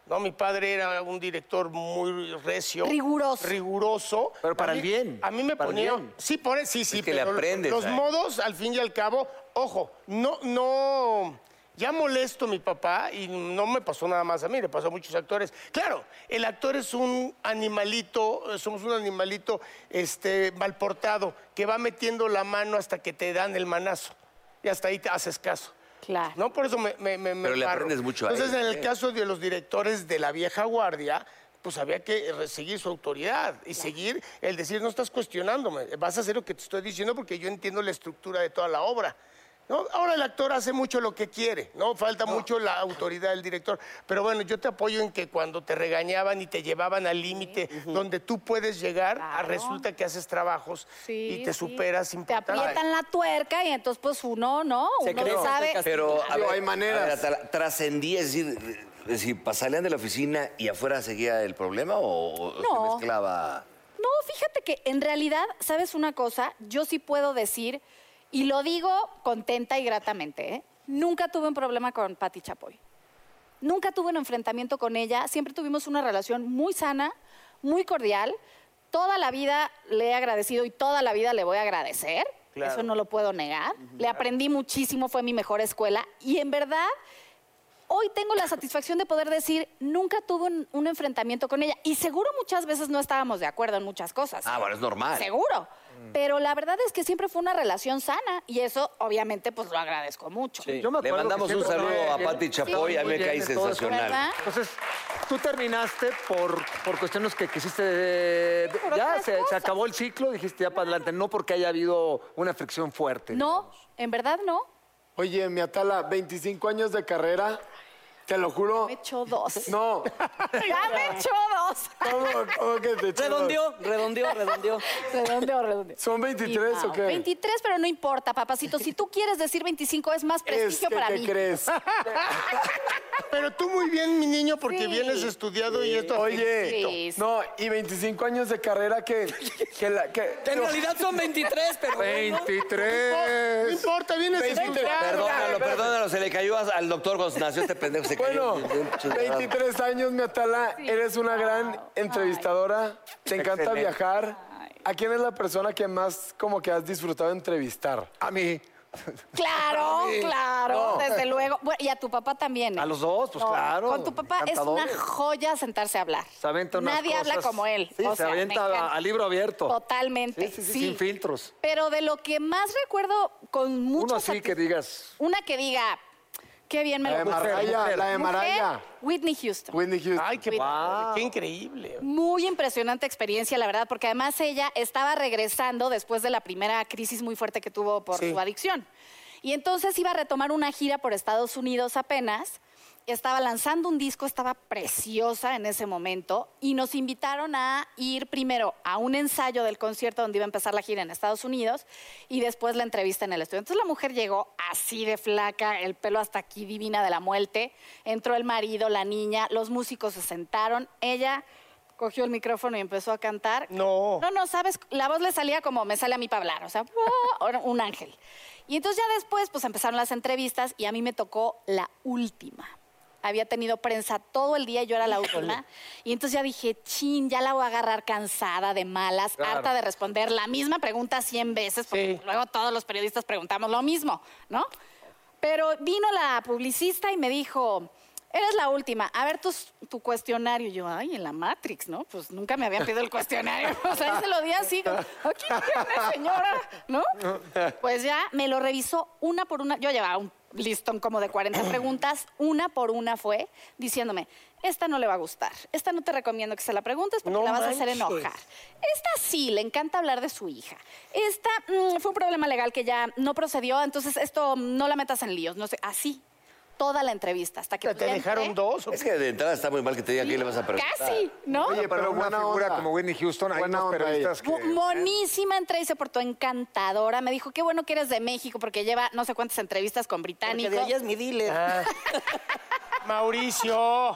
Speaker 5: No, mi padre era un director muy recio.
Speaker 7: Riguroso.
Speaker 5: Riguroso.
Speaker 3: Pero para
Speaker 5: A mí-
Speaker 3: el bien,
Speaker 5: A mí me
Speaker 3: para el
Speaker 5: ponía...
Speaker 3: bien.
Speaker 5: Sí, por e-, sí, sí.
Speaker 2: que le
Speaker 5: pero
Speaker 2: aprendes,
Speaker 5: Los
Speaker 2: ¿eh?
Speaker 5: modos, al fin y al cabo, ojo, no, no... Ya molesto a mi papá y no me pasó nada más a mí, le pasó a muchos actores. Claro, el actor es un animalito, eh, somos un animalito este, mal portado que va metiendo la mano hasta que te dan el manazo y hasta ahí te haces caso.
Speaker 7: Claro.
Speaker 5: No, por eso me... me, me- me
Speaker 2: Pero le
Speaker 5: embarro.
Speaker 2: aprendes mucho a
Speaker 5: Entonces,
Speaker 2: él,
Speaker 5: en el
Speaker 2: ¿eh?
Speaker 5: caso de los directores de la vieja guardia, pues había que re- seguir su autoridad y seguir el decir, no estás cuestionándome, vas a hacer lo que te estoy diciendo porque yo entiendo la estructura de toda la obra. ¿No? Ahora el actor hace mucho lo que quiere, ¿no? Falta mucho la autoridad del director. Pero bueno, yo te apoyo en que cuando te regañaban y te llevaban al límite donde tú puedes llegar, ah,
Speaker 7: Claro.
Speaker 5: resulta que haces trabajos
Speaker 7: Sí,
Speaker 5: y te
Speaker 7: sí.
Speaker 5: superas
Speaker 7: Te
Speaker 5: importante.
Speaker 7: aprietan la tuerca y entonces pues uno, ¿no?
Speaker 4: Se
Speaker 7: uno
Speaker 4: creó.
Speaker 7: sabe.
Speaker 2: pero a
Speaker 6: Digo, hay maneras.
Speaker 2: a ver, Atala, trascendí, es decir, es decir, salían de la oficina y afuera seguía el problema o, o se
Speaker 7: No.
Speaker 2: mezclaba.
Speaker 7: No, fíjate que en realidad, ¿sabes una cosa? Yo sí puedo decir, y lo digo contenta y gratamente, ¿eh? nunca tuve un problema con Patti Chapoy. Nunca tuve un enfrentamiento con ella, siempre tuvimos una relación muy sana, muy cordial. Toda la vida le he agradecido y toda la vida le voy a agradecer. Eso no lo puedo negar. Le aprendí muchísimo, fue mi mejor escuela. Y en verdad, hoy tengo la satisfacción de poder decir, nunca tuve un, un enfrentamiento con ella. Y seguro muchas veces no estábamos de acuerdo en muchas cosas.
Speaker 2: Ah, bueno, es normal. Mm.
Speaker 7: Seguro. Pero la verdad es que siempre fue una relación sana y eso obviamente pues lo agradezco mucho.
Speaker 3: Yo me
Speaker 2: Le
Speaker 3: acuerdo que
Speaker 2: mandamos un
Speaker 3: siempre-
Speaker 2: saludo a
Speaker 3: Sí,
Speaker 2: Pati
Speaker 3: sí,
Speaker 2: Chapoy, a mí me
Speaker 3: muy
Speaker 2: cae
Speaker 3: bien, todo eso.
Speaker 2: sensacional.
Speaker 7: ¿Verdad?
Speaker 3: Entonces, tú terminaste por, por cuestiones que quisiste... de-
Speaker 7: Sí, por
Speaker 3: ya,
Speaker 7: otras
Speaker 3: se, se
Speaker 7: cosas.
Speaker 3: acabó el ciclo, dijiste ya para adelante. No porque haya habido una fricción fuerte.
Speaker 7: No, en verdad no.
Speaker 6: Oye, mi Atala, 25 años de carrera, te lo juro.
Speaker 7: Me echó dos.
Speaker 6: No,
Speaker 7: Ya me echó dos.
Speaker 6: ¿cómo, cómo que te echó?
Speaker 4: Redondeó, redondeó, redondeó.
Speaker 7: Redondeo, redondeo.
Speaker 6: ¿Son 23 o qué?
Speaker 7: 23, pero no importa, papacito. Si tú quieres decir 25, es más
Speaker 6: Es
Speaker 7: prestigio
Speaker 6: que,
Speaker 7: para
Speaker 6: ¿qué
Speaker 7: mí.
Speaker 6: crees?
Speaker 5: Pero tú muy bien, mi niño, porque
Speaker 7: Sí.
Speaker 5: vienes estudiado y esto...
Speaker 6: Oye,
Speaker 7: Sí, sí.
Speaker 6: no, y 25 años de carrera que... que, la, que
Speaker 4: En realidad son 23, pero. bueno.
Speaker 3: 23.
Speaker 5: No importa, vienes estudiado.
Speaker 2: Perdónalo, perdónalo, se le cayó a- al doctor Gosnacio, este pendejo se cayó.
Speaker 6: Bueno, 23 años, mi Atala. Eres una gran entrevistadora. Te encanta
Speaker 3: Excelente.
Speaker 6: viajar. ¿A quién es la persona que más como que has disfrutado entrevistar?
Speaker 3: A mí.
Speaker 7: <laughs> Claro, claro, desde luego. Bueno, y a tu papá también. ¿eh?
Speaker 3: A los dos, pues
Speaker 7: No,
Speaker 3: claro.
Speaker 7: Con tu papá es una
Speaker 3: encantadores.
Speaker 7: joya sentarse a hablar.
Speaker 3: Se aventa unas
Speaker 7: Nadie habla
Speaker 3: cosas-
Speaker 7: como él.
Speaker 3: Sí,
Speaker 7: o
Speaker 3: se
Speaker 7: sea, me
Speaker 3: avienta
Speaker 7: encanta.
Speaker 3: a, a libro abierto.
Speaker 7: Totalmente.
Speaker 3: Sí, sí, sí, sin filtros.
Speaker 7: Pero de lo que más recuerdo con mucho
Speaker 3: Uno así que
Speaker 7: satis-
Speaker 3: digas.
Speaker 7: Una que diga, Qué bien me
Speaker 3: La
Speaker 7: lo
Speaker 3: de
Speaker 7: puse.
Speaker 3: Mariah, la de
Speaker 7: Mujer,
Speaker 3: Mariah.
Speaker 7: Whitney Houston.
Speaker 3: Whitney Houston.
Speaker 5: Ay, qué,
Speaker 3: Wow.
Speaker 5: qué increíble.
Speaker 7: Muy impresionante experiencia, la verdad, porque además ella estaba regresando después de la primera crisis muy fuerte que tuvo por
Speaker 5: Sí.
Speaker 7: su adicción. Y entonces iba a retomar una gira por Estados Unidos apenas. Estaba lanzando un disco, estaba preciosa en ese momento y nos invitaron a ir primero a un ensayo del concierto donde iba a empezar la gira en Estados Unidos y después la entrevista en el estudio. Entonces la mujer llegó así de flaca, el pelo hasta aquí divina de la muerte. Entró el marido, la niña, los músicos se sentaron, ella cogió el micrófono y empezó a cantar.
Speaker 5: No.
Speaker 7: No, no, sabes, la voz le salía como me sale a mí para hablar, o sea, <laughs> ¡buah! un ángel. Y entonces ya después, pues empezaron las entrevistas y a mí me tocó la última. Había tenido prensa todo el día, y yo era la última. Y entonces ya dije, chin, ya la voy a agarrar cansada de malas, harta de responder la misma pregunta 100 veces, porque
Speaker 5: Sí.
Speaker 7: luego todos los periodistas preguntamos lo mismo, ¿no? Pero vino la publicista y me dijo, eres la última, a ver tus- tu cuestionario. Y yo, ay, en la Matrix, ¿no? Pues nunca me habían pedido el cuestionario. <laughs> O sea, se lo di así, como, aquí tiene, señora, ¿no? Pues ya me lo revisó una por una. Yo llevaba un listón como de 40 preguntas, una por una fue diciéndome, esta no le va a gustar, esta no te recomiendo que se la preguntes porque
Speaker 5: No
Speaker 7: la vas a hacer
Speaker 5: manches.
Speaker 7: enojar. Esta sí, le encanta hablar de su hija. Esta mm, fue un problema legal que ya no procedió, entonces esto mm, no la metas en líos, no sé, así. Toda la entrevista, hasta que...
Speaker 5: ¿Te
Speaker 7: ya
Speaker 5: dejaron
Speaker 7: entré.
Speaker 5: dos? o
Speaker 2: Es que de entrada está muy mal que te digan qué le vas a preguntar.
Speaker 7: Casi, ¿no?
Speaker 3: Oye, pero
Speaker 6: una
Speaker 3: buena
Speaker 6: figura
Speaker 3: onda.
Speaker 6: como Whitney Houston, hay
Speaker 3: Buena
Speaker 6: unos
Speaker 3: onda
Speaker 6: periodistas
Speaker 3: ella.
Speaker 7: Bu-
Speaker 4: ¿eh?
Speaker 7: Monísima entré y se portó encantadora. Me dijo, qué bueno que eres de México porque lleva no sé cuántas entrevistas con
Speaker 4: Porque
Speaker 7: británicos.
Speaker 4: de allá es mi dealer.
Speaker 5: Ah. <laughs> Mauricio.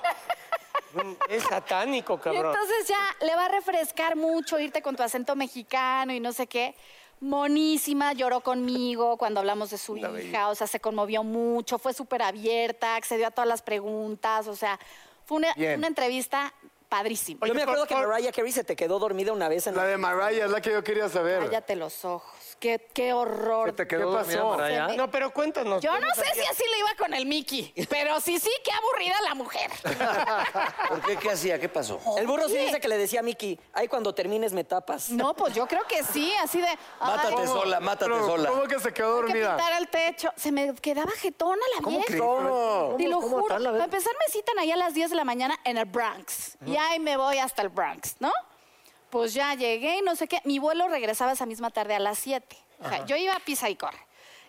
Speaker 5: Es satánico,
Speaker 7: Y
Speaker 5: cabrón.
Speaker 7: entonces ya le va a refrescar mucho irte con tu acento mexicano y no sé qué. Monísima, lloró conmigo cuando hablamos de su hija, o sea, se conmovió mucho, fue súper abierta, accedió a todas las preguntas, o sea, fue una,
Speaker 3: Bien.
Speaker 7: una entrevista padrísima.
Speaker 5: Oye,
Speaker 4: Yo me acuerdo
Speaker 5: por-
Speaker 4: que
Speaker 5: por-
Speaker 4: Mariah Carey se te quedó dormida una vez en
Speaker 6: La de Mariah es la que yo quería saber.
Speaker 7: Cállate los ojos, qué, qué horror.
Speaker 3: Se te
Speaker 6: ¿Qué
Speaker 3: quedó dormida,
Speaker 6: pasó?
Speaker 3: Mariah.
Speaker 7: Se me-
Speaker 5: No, pero cuéntanos.
Speaker 7: eh, Yo no sé si así le iba con el Mickey, pero sí, sí, qué aburrida la mujer.
Speaker 2: ¿Por qué? ¿Qué hacía? ¿Qué pasó?
Speaker 4: El burro sí
Speaker 7: Oye.
Speaker 4: dice que le decía a Mickey, ay, cuando termines me tapas.
Speaker 7: No, pues yo creo que sí, así de... ay,
Speaker 2: Mátate sola, mátate
Speaker 6: Pero,
Speaker 2: sola.
Speaker 6: ¿Cómo que se quedó
Speaker 7: Hay que
Speaker 6: dormida?
Speaker 7: pintar al techo. Se me quedaba jetona la vieja.
Speaker 3: ¿Cómo?
Speaker 7: Te lo
Speaker 3: ¿Cómo
Speaker 7: juro.
Speaker 3: tal la
Speaker 7: Para empezar, me citan ahí a las 10 de la mañana en el Bronx. Y ahí me voy hasta el Bronx, ¿no? Pues ya llegué y no sé qué. Mi vuelo regresaba esa misma tarde a las 7. O sea, yo iba a pisa y corre.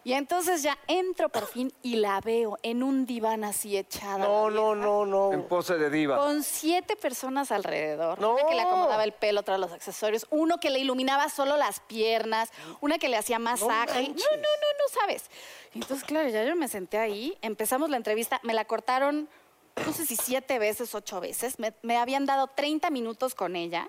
Speaker 7: Y entonces ya entro por fin y la veo en un diván así echada.
Speaker 5: No,
Speaker 7: la
Speaker 5: no,
Speaker 7: vieja,
Speaker 5: no,
Speaker 3: En
Speaker 5: no.
Speaker 3: pose de diva.
Speaker 7: Con siete personas alrededor.
Speaker 5: No.
Speaker 7: Una que le acomodaba el pelo, otra los accesorios. Uno que le iluminaba solo las piernas. Una que le hacía masaje. No, no, no, no, sabes. Y Entonces, claro, ya yo me senté ahí. Empezamos la entrevista. Me la cortaron, no sé si siete veces, ocho veces. Me, me habían dado 30 minutos con ella.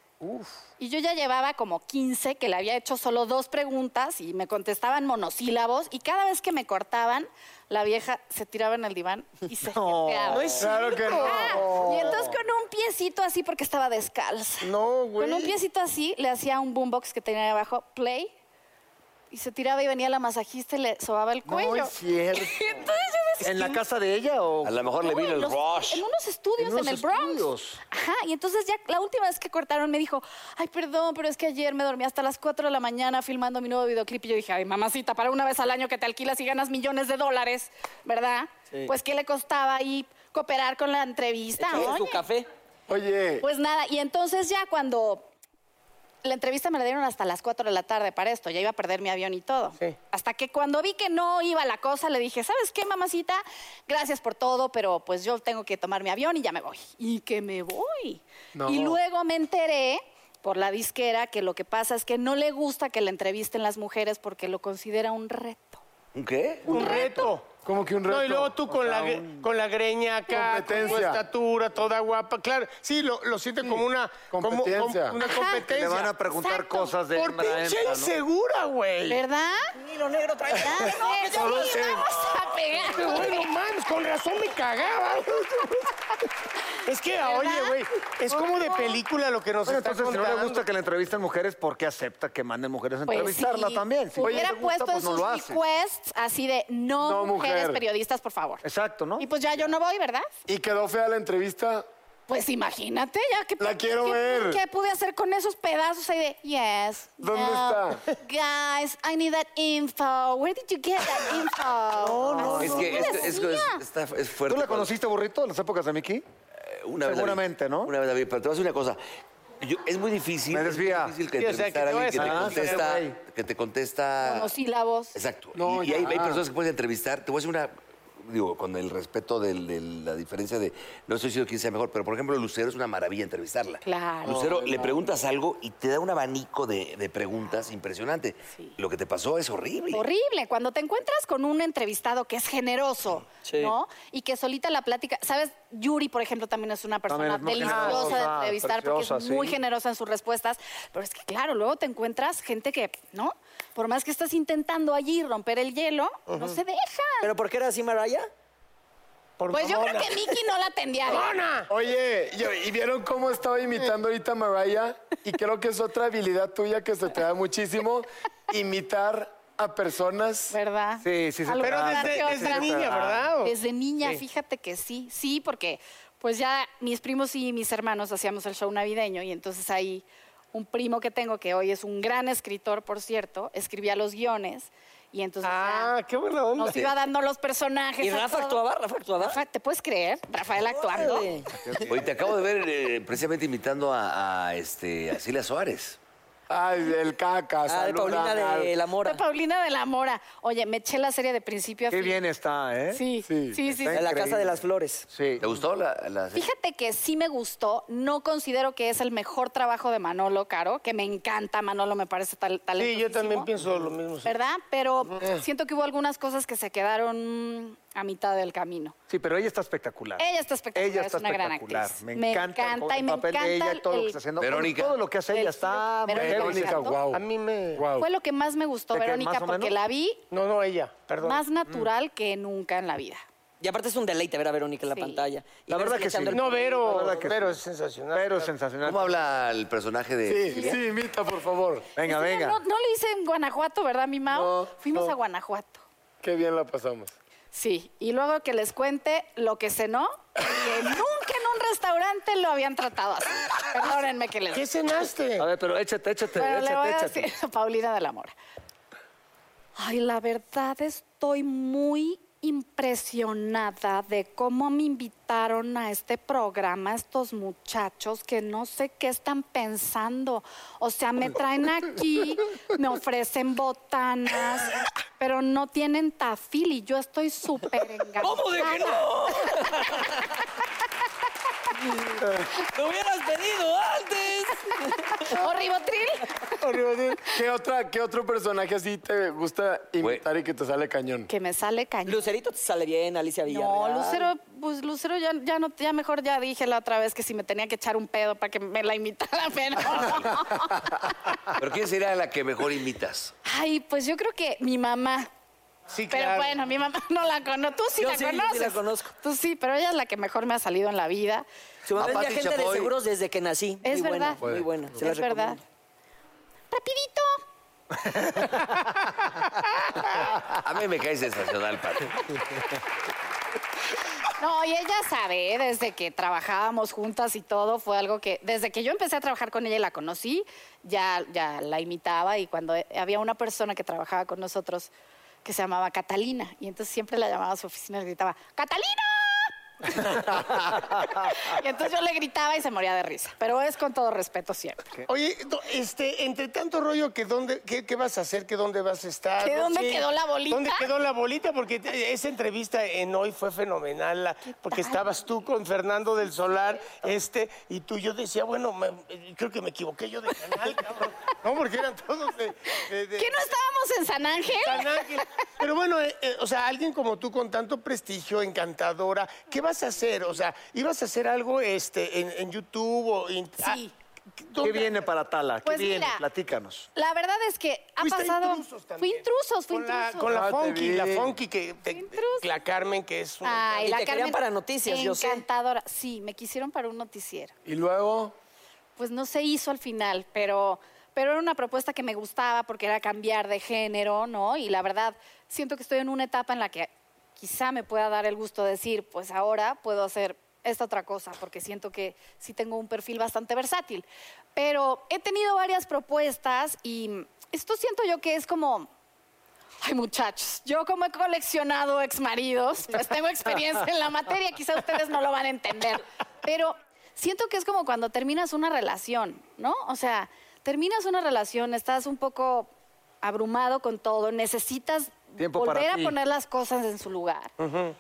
Speaker 7: Y yo ya llevaba como 15 que le había hecho solo dos preguntas y me contestaban monosílabos. Y cada vez que me cortaban, la vieja se tiraba en el diván y se jeteaba.
Speaker 6: Claro que
Speaker 7: Ah,
Speaker 6: no.
Speaker 7: Y entonces con un piecito así, porque estaba descalza.
Speaker 5: No, güey.
Speaker 7: Con un piecito así le hacía un boombox que tenía ahí abajo, play, y se tiraba y venía la masajista y le sobaba el cuello.
Speaker 3: es cierto.
Speaker 7: Y entonces yo decía,
Speaker 3: ¿En la casa de ella o...?
Speaker 2: A lo mejor le
Speaker 7: no,
Speaker 2: vino
Speaker 7: en
Speaker 2: el
Speaker 7: los-
Speaker 2: rush.
Speaker 7: En unos estudios
Speaker 3: En
Speaker 7: en,
Speaker 3: unos
Speaker 7: el Bronx.
Speaker 3: estudios.
Speaker 7: Ajá, y entonces ya la última vez que cortaron me dijo, ay, perdón, pero es que ayer me dormí hasta las 4 de la mañana filmando mi nuevo videoclip. Y yo dije, ay, mamacita, para una vez al año que te alquilas y ganas millones de dólares, ¿verdad? Pues, ¿qué le costaba ahí cooperar con la entrevista?
Speaker 4: Echarle su
Speaker 7: oye?
Speaker 4: café.
Speaker 6: Oye,
Speaker 7: Pues nada, y entonces ya cuando la entrevista me la dieron hasta las 4 de la tarde para esto, ya iba a perder mi avión y todo.
Speaker 5: Sí.
Speaker 7: Hasta que cuando vi que no iba la cosa, le dije, ¿sabes qué, mamacita? Gracias por todo, pero pues yo tengo que tomar mi avión y ya me voy. Y que me voy.
Speaker 6: No.
Speaker 7: Y luego me enteré por la disquera que lo que pasa es que no le gusta que la entrevisten las mujeres porque lo considera un reto.
Speaker 2: ¿Un qué?
Speaker 5: Un reto.
Speaker 6: ¿cómo que un reto?
Speaker 5: No, y luego tú con, la, gre- con la greña acá, con tu
Speaker 6: Competencia.
Speaker 5: estatura, toda guapa. Claro, sí, lo, lo sienten como una como- como
Speaker 6: Competencia.
Speaker 5: una
Speaker 7: Ajá.
Speaker 5: competencia.
Speaker 3: Le van a preguntar
Speaker 7: Exacto.
Speaker 3: cosas de
Speaker 5: Por
Speaker 3: hembra a
Speaker 5: pinche
Speaker 3: hembra, ¿no?
Speaker 5: insegura, güey.
Speaker 7: ¿Verdad?
Speaker 4: Hilo negro trae.
Speaker 7: No, pues ya
Speaker 3: Solo
Speaker 7: ni
Speaker 3: se-
Speaker 7: vamos a
Speaker 5: Pero
Speaker 7: pegar.
Speaker 5: bueno, mames, con razón me cagaba. Es que, oye, güey, es como de película lo que nos
Speaker 3: Bueno,
Speaker 5: está
Speaker 3: entonces, si
Speaker 5: contando.
Speaker 3: no le gusta que le entrevisten mujeres, ¿por qué acepta que manden mujeres a
Speaker 7: Pues
Speaker 3: entrevistarla
Speaker 7: sí.
Speaker 3: también? Si
Speaker 7: hubiera
Speaker 3: no le gusta,
Speaker 7: puesto
Speaker 3: pues
Speaker 7: en sus requests así de no,
Speaker 6: No, mujer.
Speaker 7: mujeres periodistas, por favor.
Speaker 3: Exacto, ¿no?
Speaker 7: Y pues ya yo no voy, ¿verdad?
Speaker 6: ¿y quedó fea la entrevista?
Speaker 7: Pues imagínate, ya que...
Speaker 6: La quiero
Speaker 7: qué-
Speaker 6: ver.
Speaker 7: ¿Qué pude hacer con esos pedazos ahí de... Yes.
Speaker 6: ¿Dónde
Speaker 7: no, Guys, I need that info. Where did you get that info? No, no,
Speaker 2: Es que este- es, es- está- es fuerte.
Speaker 3: ¿Tú la
Speaker 2: cuando-
Speaker 3: conociste, burrito, en las épocas de Mickey?
Speaker 2: Una vez la vi.
Speaker 3: Seguramente, ¿no?
Speaker 2: Una vez la vi, pero te voy a decir una cosa. Yo- es muy difícil.
Speaker 3: Me
Speaker 2: es muy
Speaker 3: desvía.
Speaker 2: difícil que
Speaker 5: Sí, o sea,
Speaker 2: entrevistar a
Speaker 5: que
Speaker 2: alguien que
Speaker 5: te
Speaker 2: te
Speaker 5: vas a-
Speaker 2: contesta.
Speaker 3: Ah,
Speaker 2: Que te contesta.
Speaker 7: Monosílabos.
Speaker 2: Exacto.
Speaker 3: No,
Speaker 2: y y hay,
Speaker 3: ya.
Speaker 2: hay personas que puedes entrevistar. Te voy a decir una. Digo, con el respeto del- de la diferencia de. No estoy diciendo quién sea mejor, pero por ejemplo, Lucero es una maravilla entrevistarla.
Speaker 7: Claro.
Speaker 2: Lucero, le preguntas algo y te da un abanico de, de preguntas impresionante. Lo que te pasó es horrible.
Speaker 7: Horrible, cuando te encuentras con un entrevistado que es generoso,
Speaker 4: Sí.
Speaker 7: ¿no? Y que solita la plática, ¿sabes? Yuri, por ejemplo, también es una persona
Speaker 3: También es muy
Speaker 7: deliciosa de
Speaker 3: generosa,
Speaker 7: entrevistar porque es
Speaker 3: preciosa,
Speaker 7: muy
Speaker 3: sí.
Speaker 7: generosa en sus respuestas, pero es que claro, luego te encuentras gente que, ¿no? Por más que estás intentando allí romper el hielo, no se deja.
Speaker 4: ¿Pero por qué era así, Maraya?
Speaker 5: Por
Speaker 7: Pues yo creo
Speaker 5: mamona.
Speaker 7: que Mickey no la atendía.
Speaker 3: <laughs>
Speaker 7: bien.
Speaker 6: Oye, y, y vieron cómo estaba imitando ahorita a Mariah? Y creo que es otra habilidad tuya que se te da muchísimo, imitar a personas.
Speaker 7: ¿Verdad?
Speaker 3: Sí, sí, sí.
Speaker 7: Algo
Speaker 5: Pero
Speaker 7: más que
Speaker 5: desde, desde
Speaker 7: otras.
Speaker 5: niña, ¿verdad? ¿O-
Speaker 7: Desde niña, fíjate que sí, sí, porque pues ya mis primos y mis hermanos hacíamos el show navideño y entonces ahí un primo que tengo que hoy es un gran escritor, por cierto, escribía los guiones y entonces
Speaker 5: Ah,
Speaker 7: ya
Speaker 5: qué buena onda.
Speaker 7: nos iba dando los personajes.
Speaker 4: ¿Y
Speaker 7: a
Speaker 4: Rafa
Speaker 7: todo.
Speaker 4: actuaba? ¿Rafa actuaba?
Speaker 7: Rafa, ¿te puedes creer? Rafael actuando.
Speaker 4: Órale.
Speaker 2: <laughs> Oye, te acabo de ver eh, precisamente imitando a, a, este, a Celia Suárez.
Speaker 6: Ay, el caca,
Speaker 4: Ah, de
Speaker 6: saluda
Speaker 4: Paulina
Speaker 6: al-
Speaker 4: de la
Speaker 7: De
Speaker 4: Mora.
Speaker 7: Paulina de la Mora. Oye, me eché la serie de principio a
Speaker 3: Qué
Speaker 7: fin.
Speaker 3: bien está, ¿eh?
Speaker 7: Sí, sí, sí.
Speaker 3: está
Speaker 4: De la
Speaker 3: increíble.
Speaker 4: Casa de las Flores.
Speaker 3: Sí.
Speaker 2: ¿Te gustó la, la serie?
Speaker 7: Fíjate que sí me gustó, no considero que es el mejor trabajo de Manolo Caro, que me encanta Manolo, me parece tal
Speaker 5: Sí,
Speaker 7: talentosísimo.
Speaker 5: yo también pienso lo mismo. sí.
Speaker 7: ¿Verdad? Pero siento que hubo algunas cosas que se quedaron a mitad del camino.
Speaker 3: Sí, pero ella está espectacular.
Speaker 7: Ella está espectacular,
Speaker 3: Ella está
Speaker 7: es una gran
Speaker 3: espectacular.
Speaker 7: actriz.
Speaker 3: Me
Speaker 7: Me
Speaker 3: encanta, el
Speaker 7: encanta
Speaker 3: co-
Speaker 7: y
Speaker 3: el
Speaker 7: me
Speaker 3: papel de
Speaker 7: encanta
Speaker 3: ella, todo lo
Speaker 7: el-
Speaker 3: que está haciendo.
Speaker 2: Verónica.
Speaker 3: Todo lo que hace
Speaker 7: el-
Speaker 3: ella está...
Speaker 7: Verónica
Speaker 3: Verónica,
Speaker 7: Exacto.
Speaker 3: wow.
Speaker 5: A mí me...
Speaker 7: Fue lo que más me gustó,
Speaker 3: ¿De qué,
Speaker 7: Verónica,
Speaker 3: más o
Speaker 7: porque
Speaker 3: menos?
Speaker 7: la vi
Speaker 5: No, no, ella, perdón.
Speaker 7: más
Speaker 3: Mm.
Speaker 7: natural que nunca en la vida.
Speaker 4: Y aparte es un deleite ver a Verónica en la
Speaker 7: Sí.
Speaker 4: pantalla. Y
Speaker 3: La
Speaker 4: verla
Speaker 3: verdad que
Speaker 4: echando
Speaker 3: sí.
Speaker 4: el-
Speaker 5: No, Vero,
Speaker 3: La verdad que
Speaker 5: Vero
Speaker 3: sí.
Speaker 5: es sensacional.
Speaker 3: Pero sensacional.
Speaker 2: ¿Cómo habla el personaje de
Speaker 6: Sí,
Speaker 2: Celia?
Speaker 6: sí, imita, por favor.
Speaker 3: Venga,
Speaker 7: Oye,
Speaker 3: venga.
Speaker 7: No, no lo hice en Guanajuato, ¿verdad, mi Mao?
Speaker 6: No,
Speaker 7: Fuimos
Speaker 6: no.
Speaker 7: a Guanajuato.
Speaker 6: Qué bien la pasamos.
Speaker 7: Sí, y luego que les cuente lo que cenó, que
Speaker 3: <laughs>
Speaker 7: nunca en un restaurante lo habían tratado así. Perdónenme que les
Speaker 5: ¿Qué cenaste?
Speaker 3: A ver, pero échate, échate,
Speaker 7: Pero le voy a
Speaker 3: échate, échate.
Speaker 7: decir a Paulina de la Mora. Ay, la verdad estoy muy impresionada de cómo me invitaron a este programa estos muchachos que no sé qué están pensando. O sea, me traen aquí, me ofrecen botanas, pero no tienen tafil y yo estoy súper enganchada.
Speaker 4: ¿Cómo de que no? ¡Lo hubieras pedido antes!
Speaker 7: ¿O ribotril?
Speaker 6: ¿Qué, otra, ¿Qué otro personaje así te gusta imitar y que te sale cañón?
Speaker 7: Que me sale cañón.
Speaker 4: Lucerito te sale bien, Alicia
Speaker 7: No,
Speaker 4: Villarreal.
Speaker 7: Lucero, pues Lucero ya, ya no, ya mejor ya dije la otra vez que si me tenía que echar un pedo para que me la imitara, pero.
Speaker 2: ¿Pero quién sería la que mejor imitas?
Speaker 7: Ay, pues yo creo que mi mamá.
Speaker 5: Sí,
Speaker 7: Pero
Speaker 5: claro.
Speaker 7: bueno, mi mamá no la conoce. Tú sí
Speaker 4: Yo
Speaker 7: la
Speaker 4: sí, yo sí la
Speaker 7: conoces.
Speaker 4: conozco.
Speaker 7: Tú sí, pero ella es la que mejor me ha salido en la vida.
Speaker 4: Su mamá es
Speaker 2: A
Speaker 4: mi
Speaker 2: Pati
Speaker 4: agente de
Speaker 2: Chapoy.
Speaker 4: seguros desde que nací.
Speaker 7: Es
Speaker 4: muy
Speaker 7: verdad.
Speaker 4: Buena, muy buena. Se la
Speaker 7: es verdad.
Speaker 4: recomiendo.
Speaker 7: Rapidito.
Speaker 2: A mí me cae sensacional, Pati.
Speaker 7: No, y ella sabe, ¿eh? desde que trabajábamos juntas y todo, fue algo que, desde que yo empecé a trabajar con ella y la conocí, ya, ya la imitaba y cuando eh, había una persona que trabajaba con nosotros que se llamaba Catalina, y entonces siempre la llamaba a su oficina y gritaba, ¡Catalina! <laughs> y entonces yo le gritaba y se moría de risa, pero es con todo respeto siempre.
Speaker 5: Oye, do- este, entre tanto rollo que dónde, qué, qué vas a hacer, que dónde vas a estar.
Speaker 7: ¿Que
Speaker 5: ¿no?
Speaker 7: dónde quedó la bolita?
Speaker 5: ¿Dónde quedó la bolita? Porque te- esa entrevista en hoy fue fenomenal, la- porque estabas tú con Fernando del Solar, este, y tú yo decía, bueno, me- eh, creo que me equivoqué yo de canal, cabrón. No, porque eran todos de. de- de-
Speaker 7: ¿Que no estábamos en San Ángel?
Speaker 5: San Ángel. Pero bueno, eh, eh, o sea, alguien como tú con tanto prestigio, encantadora, ¿qué vas a hacer? O sea, ¿ibas a hacer algo este, en, en YouTube o en-
Speaker 7: Sí.
Speaker 5: ¿dónde-
Speaker 3: ¿Qué viene para Tala? ¿Qué
Speaker 7: Pues
Speaker 3: viene?
Speaker 7: mira.
Speaker 3: Platícanos.
Speaker 7: La verdad es que ha
Speaker 5: Fuiste
Speaker 7: pasado...
Speaker 5: intrusos también.
Speaker 7: fui intrusos, fui
Speaker 5: con la,
Speaker 7: intrusos.
Speaker 5: con la
Speaker 6: Ah, te
Speaker 5: Funky,
Speaker 6: vi.
Speaker 5: la Funky que te-
Speaker 7: Intrusos.
Speaker 5: la Carmen que es una
Speaker 7: Ay,
Speaker 4: Y
Speaker 7: la
Speaker 4: te querían
Speaker 7: Carmen,
Speaker 4: para noticias, yo sé.
Speaker 7: Encantadora. Sí, me quisieron para un noticiero.
Speaker 6: Y luego,
Speaker 7: Pues no se hizo al final, pero, pero era una propuesta que me gustaba porque era cambiar de género, ¿no? Y la verdad, siento que estoy en una etapa en la que quizá me pueda dar el gusto de decir, pues ahora puedo hacer esta otra cosa, porque siento que sí tengo un perfil bastante versátil. Pero he tenido varias propuestas y esto siento yo que es como Ay, muchachos, yo como he coleccionado exmaridos, pues tengo experiencia en la materia, quizá ustedes no lo van a entender, pero siento que es como cuando terminas una relación, ¿no? O sea, terminas una relación, estás un poco abrumado con todo, necesitas
Speaker 3: Tiempo para
Speaker 7: volver a
Speaker 3: ti.
Speaker 7: poner las cosas en su lugar.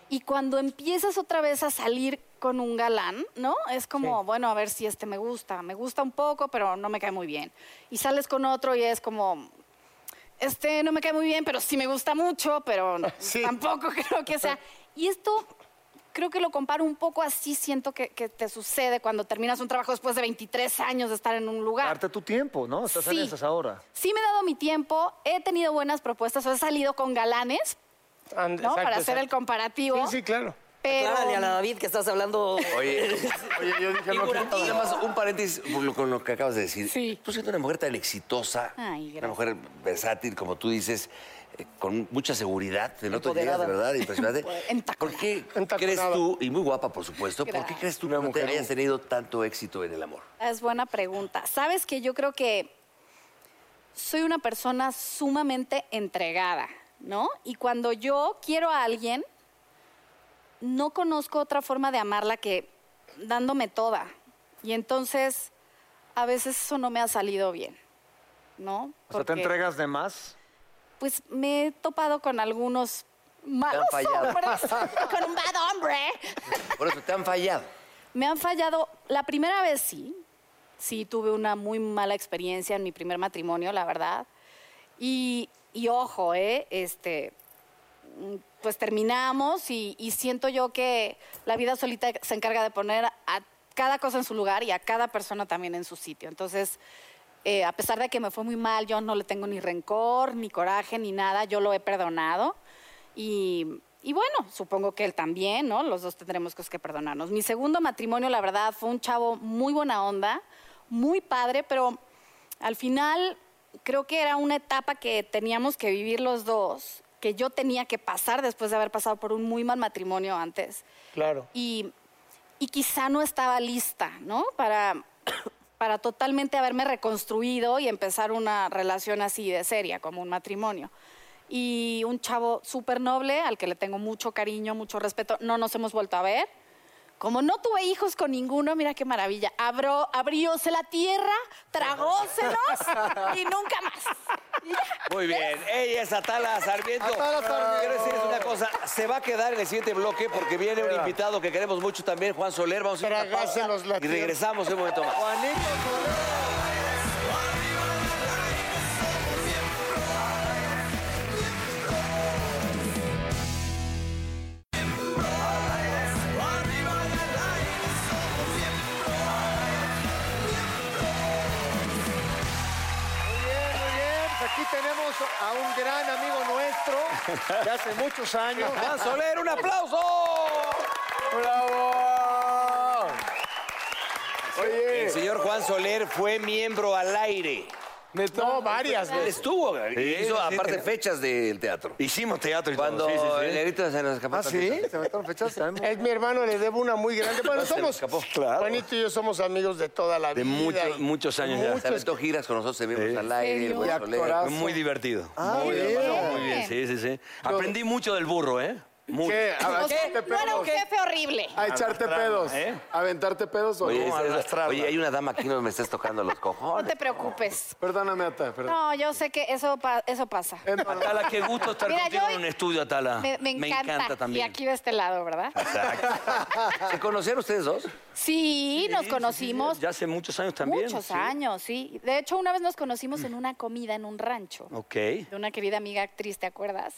Speaker 7: Y cuando empiezas otra vez a salir con un galán, ¿no? Es como, bueno, a ver si este me gusta, me gusta un poco, pero no me cae muy bien. Y sales con otro y es como, este no me cae muy bien, pero sí me gusta mucho,
Speaker 4: <laughs>
Speaker 7: pero
Speaker 5: Sí.
Speaker 7: tampoco creo que sea. Y esto creo que lo comparo un poco así, siento que, que te sucede cuando terminas un trabajo después de 23 años de estar en un lugar.
Speaker 3: Darte tu tiempo, ¿no? Estás en
Speaker 7: Sí.
Speaker 3: esas ahora.
Speaker 7: Sí me he dado mi tiempo, he tenido buenas propuestas, o he salido con galanes,
Speaker 5: And-
Speaker 7: ¿no?
Speaker 5: Ah, exacto,
Speaker 7: Para hacer el
Speaker 5: exacto.
Speaker 7: comparativo.
Speaker 5: Sí, sí, claro.
Speaker 7: Pero
Speaker 4: Aclárale a la David que estás hablando.
Speaker 7: <laughs>
Speaker 2: Oye,
Speaker 5: Oye, yo dije, no,
Speaker 2: Figurativo. Nada más un paréntesis por lo- con lo que acabas de decir.
Speaker 7: Sí.
Speaker 2: Tú pues, siendo una mujer tan exitosa,
Speaker 7: Ay,
Speaker 2: una
Speaker 7: gracias.
Speaker 2: mujer versátil, como tú dices, eh, con mucha seguridad, de noto llegas, de
Speaker 7: <laughs>
Speaker 2: verdad, impresionante.
Speaker 7: Entaculada.
Speaker 2: ¿Por qué
Speaker 5: Entaculada.
Speaker 2: crees tú, y muy guapa, por supuesto, ¿por qué
Speaker 7: Gracias.
Speaker 2: crees tú que no te hayas tenido tanto éxito en el amor?
Speaker 7: Es buena pregunta. Sabes que yo creo que soy una persona sumamente entregada, ¿no? Y cuando yo quiero a alguien, no conozco otra forma de amarla que dándome toda. Y entonces, a veces eso no me ha salido bien, ¿no?
Speaker 3: O sea, te
Speaker 7: Porque,
Speaker 3: entregas de más.
Speaker 7: Pues me he topado con algunos malos
Speaker 2: Te han fallado. <laughs>
Speaker 7: hombres, con un bad hombre.
Speaker 2: Por eso te han fallado.
Speaker 7: Me han fallado. La primera vez sí. Sí, tuve una muy mala experiencia en mi primer matrimonio, la verdad. Y, y ojo, ¿eh? Este, mm, pues terminamos y, y siento yo que la vida solita se encarga de poner a cada cosa en su lugar y a cada persona también en su sitio. Entonces, eh, a pesar de que me fue muy mal, yo no le tengo ni rencor, ni coraje, ni nada. Yo lo he perdonado. Y, y bueno, supongo que él también, ¿no? Los dos tendremos cosas que perdonarnos. Mi segundo matrimonio, la verdad, fue un chavo muy buena onda, muy padre, pero al final creo que era una etapa que teníamos que vivir los dos, que yo tenía que pasar después de haber pasado por un muy mal matrimonio antes
Speaker 5: Claro.
Speaker 7: y, y quizá no estaba lista, ¿no? Para, <coughs> para totalmente haberme reconstruido y empezar una relación así de seria, como un matrimonio. Y un chavo súper noble, al que le tengo mucho cariño, mucho respeto, no nos hemos vuelto a ver. Como no tuve hijos con ninguno, mira qué maravilla. Abrió, abrióse la tierra,
Speaker 5: <laughs>
Speaker 7: tragóselos y nunca más.
Speaker 2: Muy bien, ella es Atala Sarmiento.
Speaker 3: Atala Sarmiento.
Speaker 2: Quiero decirles una cosa, se va a quedar en el siguiente bloque porque viene un invitado que queremos mucho también, Juan Soler. Vamos a ir a una pausa
Speaker 5: Tragáselos la
Speaker 2: y
Speaker 5: tierra.
Speaker 2: regresamos en un momento más.
Speaker 3: Muy bien, muy bien. Pues Aquí tenemos a un gran amigo nuestro de hace muchos años.
Speaker 2: Juan Soler, un aplauso.
Speaker 6: ¡Bravo!
Speaker 2: El
Speaker 6: Oye,
Speaker 2: señor Juan Soler fue miembro al aire.
Speaker 6: neta,
Speaker 5: No, varias
Speaker 2: Él
Speaker 5: veces.
Speaker 2: estuvo, hizo
Speaker 8: sí,
Speaker 2: aparte fechas del teatro.
Speaker 8: Hicimos teatro y
Speaker 2: Cuando
Speaker 8: todo. sí, sí, sí.
Speaker 2: el negrito se nos escapó.
Speaker 3: Ah, sí, se metieron
Speaker 2: <laughs>
Speaker 3: fechas. También.
Speaker 5: <laughs> Es mi hermano, le debo una muy grande.
Speaker 8: Ah,
Speaker 5: Bueno,
Speaker 2: Se me
Speaker 5: somos.
Speaker 2: escapó.
Speaker 8: Claro.
Speaker 5: Juanito y yo somos amigos de toda la
Speaker 8: De
Speaker 5: vida.
Speaker 8: mucho-
Speaker 5: y-
Speaker 8: muchos años ya.
Speaker 2: Se aventó giras con nosotros, se vimos al aire. el Juan
Speaker 6: Y
Speaker 2: Soler.
Speaker 6: actorazo.
Speaker 8: Fue muy divertido.
Speaker 3: Ah,
Speaker 8: muy,
Speaker 3: bien.
Speaker 8: no, muy bien, sí, sí, sí. Aprendí mucho del burro, ¿eh? Mucho.
Speaker 5: ¿Qué? A ver,
Speaker 7: O sea,
Speaker 5: ¿qué te
Speaker 7: no era un
Speaker 5: pego?
Speaker 7: jefe horrible.
Speaker 6: a echarte pedos.
Speaker 8: ¿eh?
Speaker 6: A aventarte pedos o
Speaker 2: Oye,
Speaker 6: no.
Speaker 2: esa es la-
Speaker 8: arrastrarla.
Speaker 2: oye, hay una dama aquí no me estás tocando los
Speaker 7: No
Speaker 2: cojones.
Speaker 7: te preocupes.
Speaker 6: Perdóname, Ata, perdón.
Speaker 7: No, yo sé que eso, pa- eso pasa.
Speaker 6: Eh, no, no.
Speaker 8: Atala, qué gusto estar
Speaker 7: Mira,
Speaker 8: contigo
Speaker 7: yo-
Speaker 8: en un estudio, Atala.
Speaker 7: Me, me encanta.
Speaker 8: también.
Speaker 7: Y aquí de este lado, ¿verdad?
Speaker 2: ¿Se conocieron ustedes dos?
Speaker 7: Sí, nos conocimos
Speaker 8: Ya hace muchos años también.
Speaker 7: muchos
Speaker 8: sí.
Speaker 7: años, sí. De hecho, una vez nos conocimos en una comida en un rancho
Speaker 8: Ok.
Speaker 7: de una querida amiga actriz, ¿te acuerdas?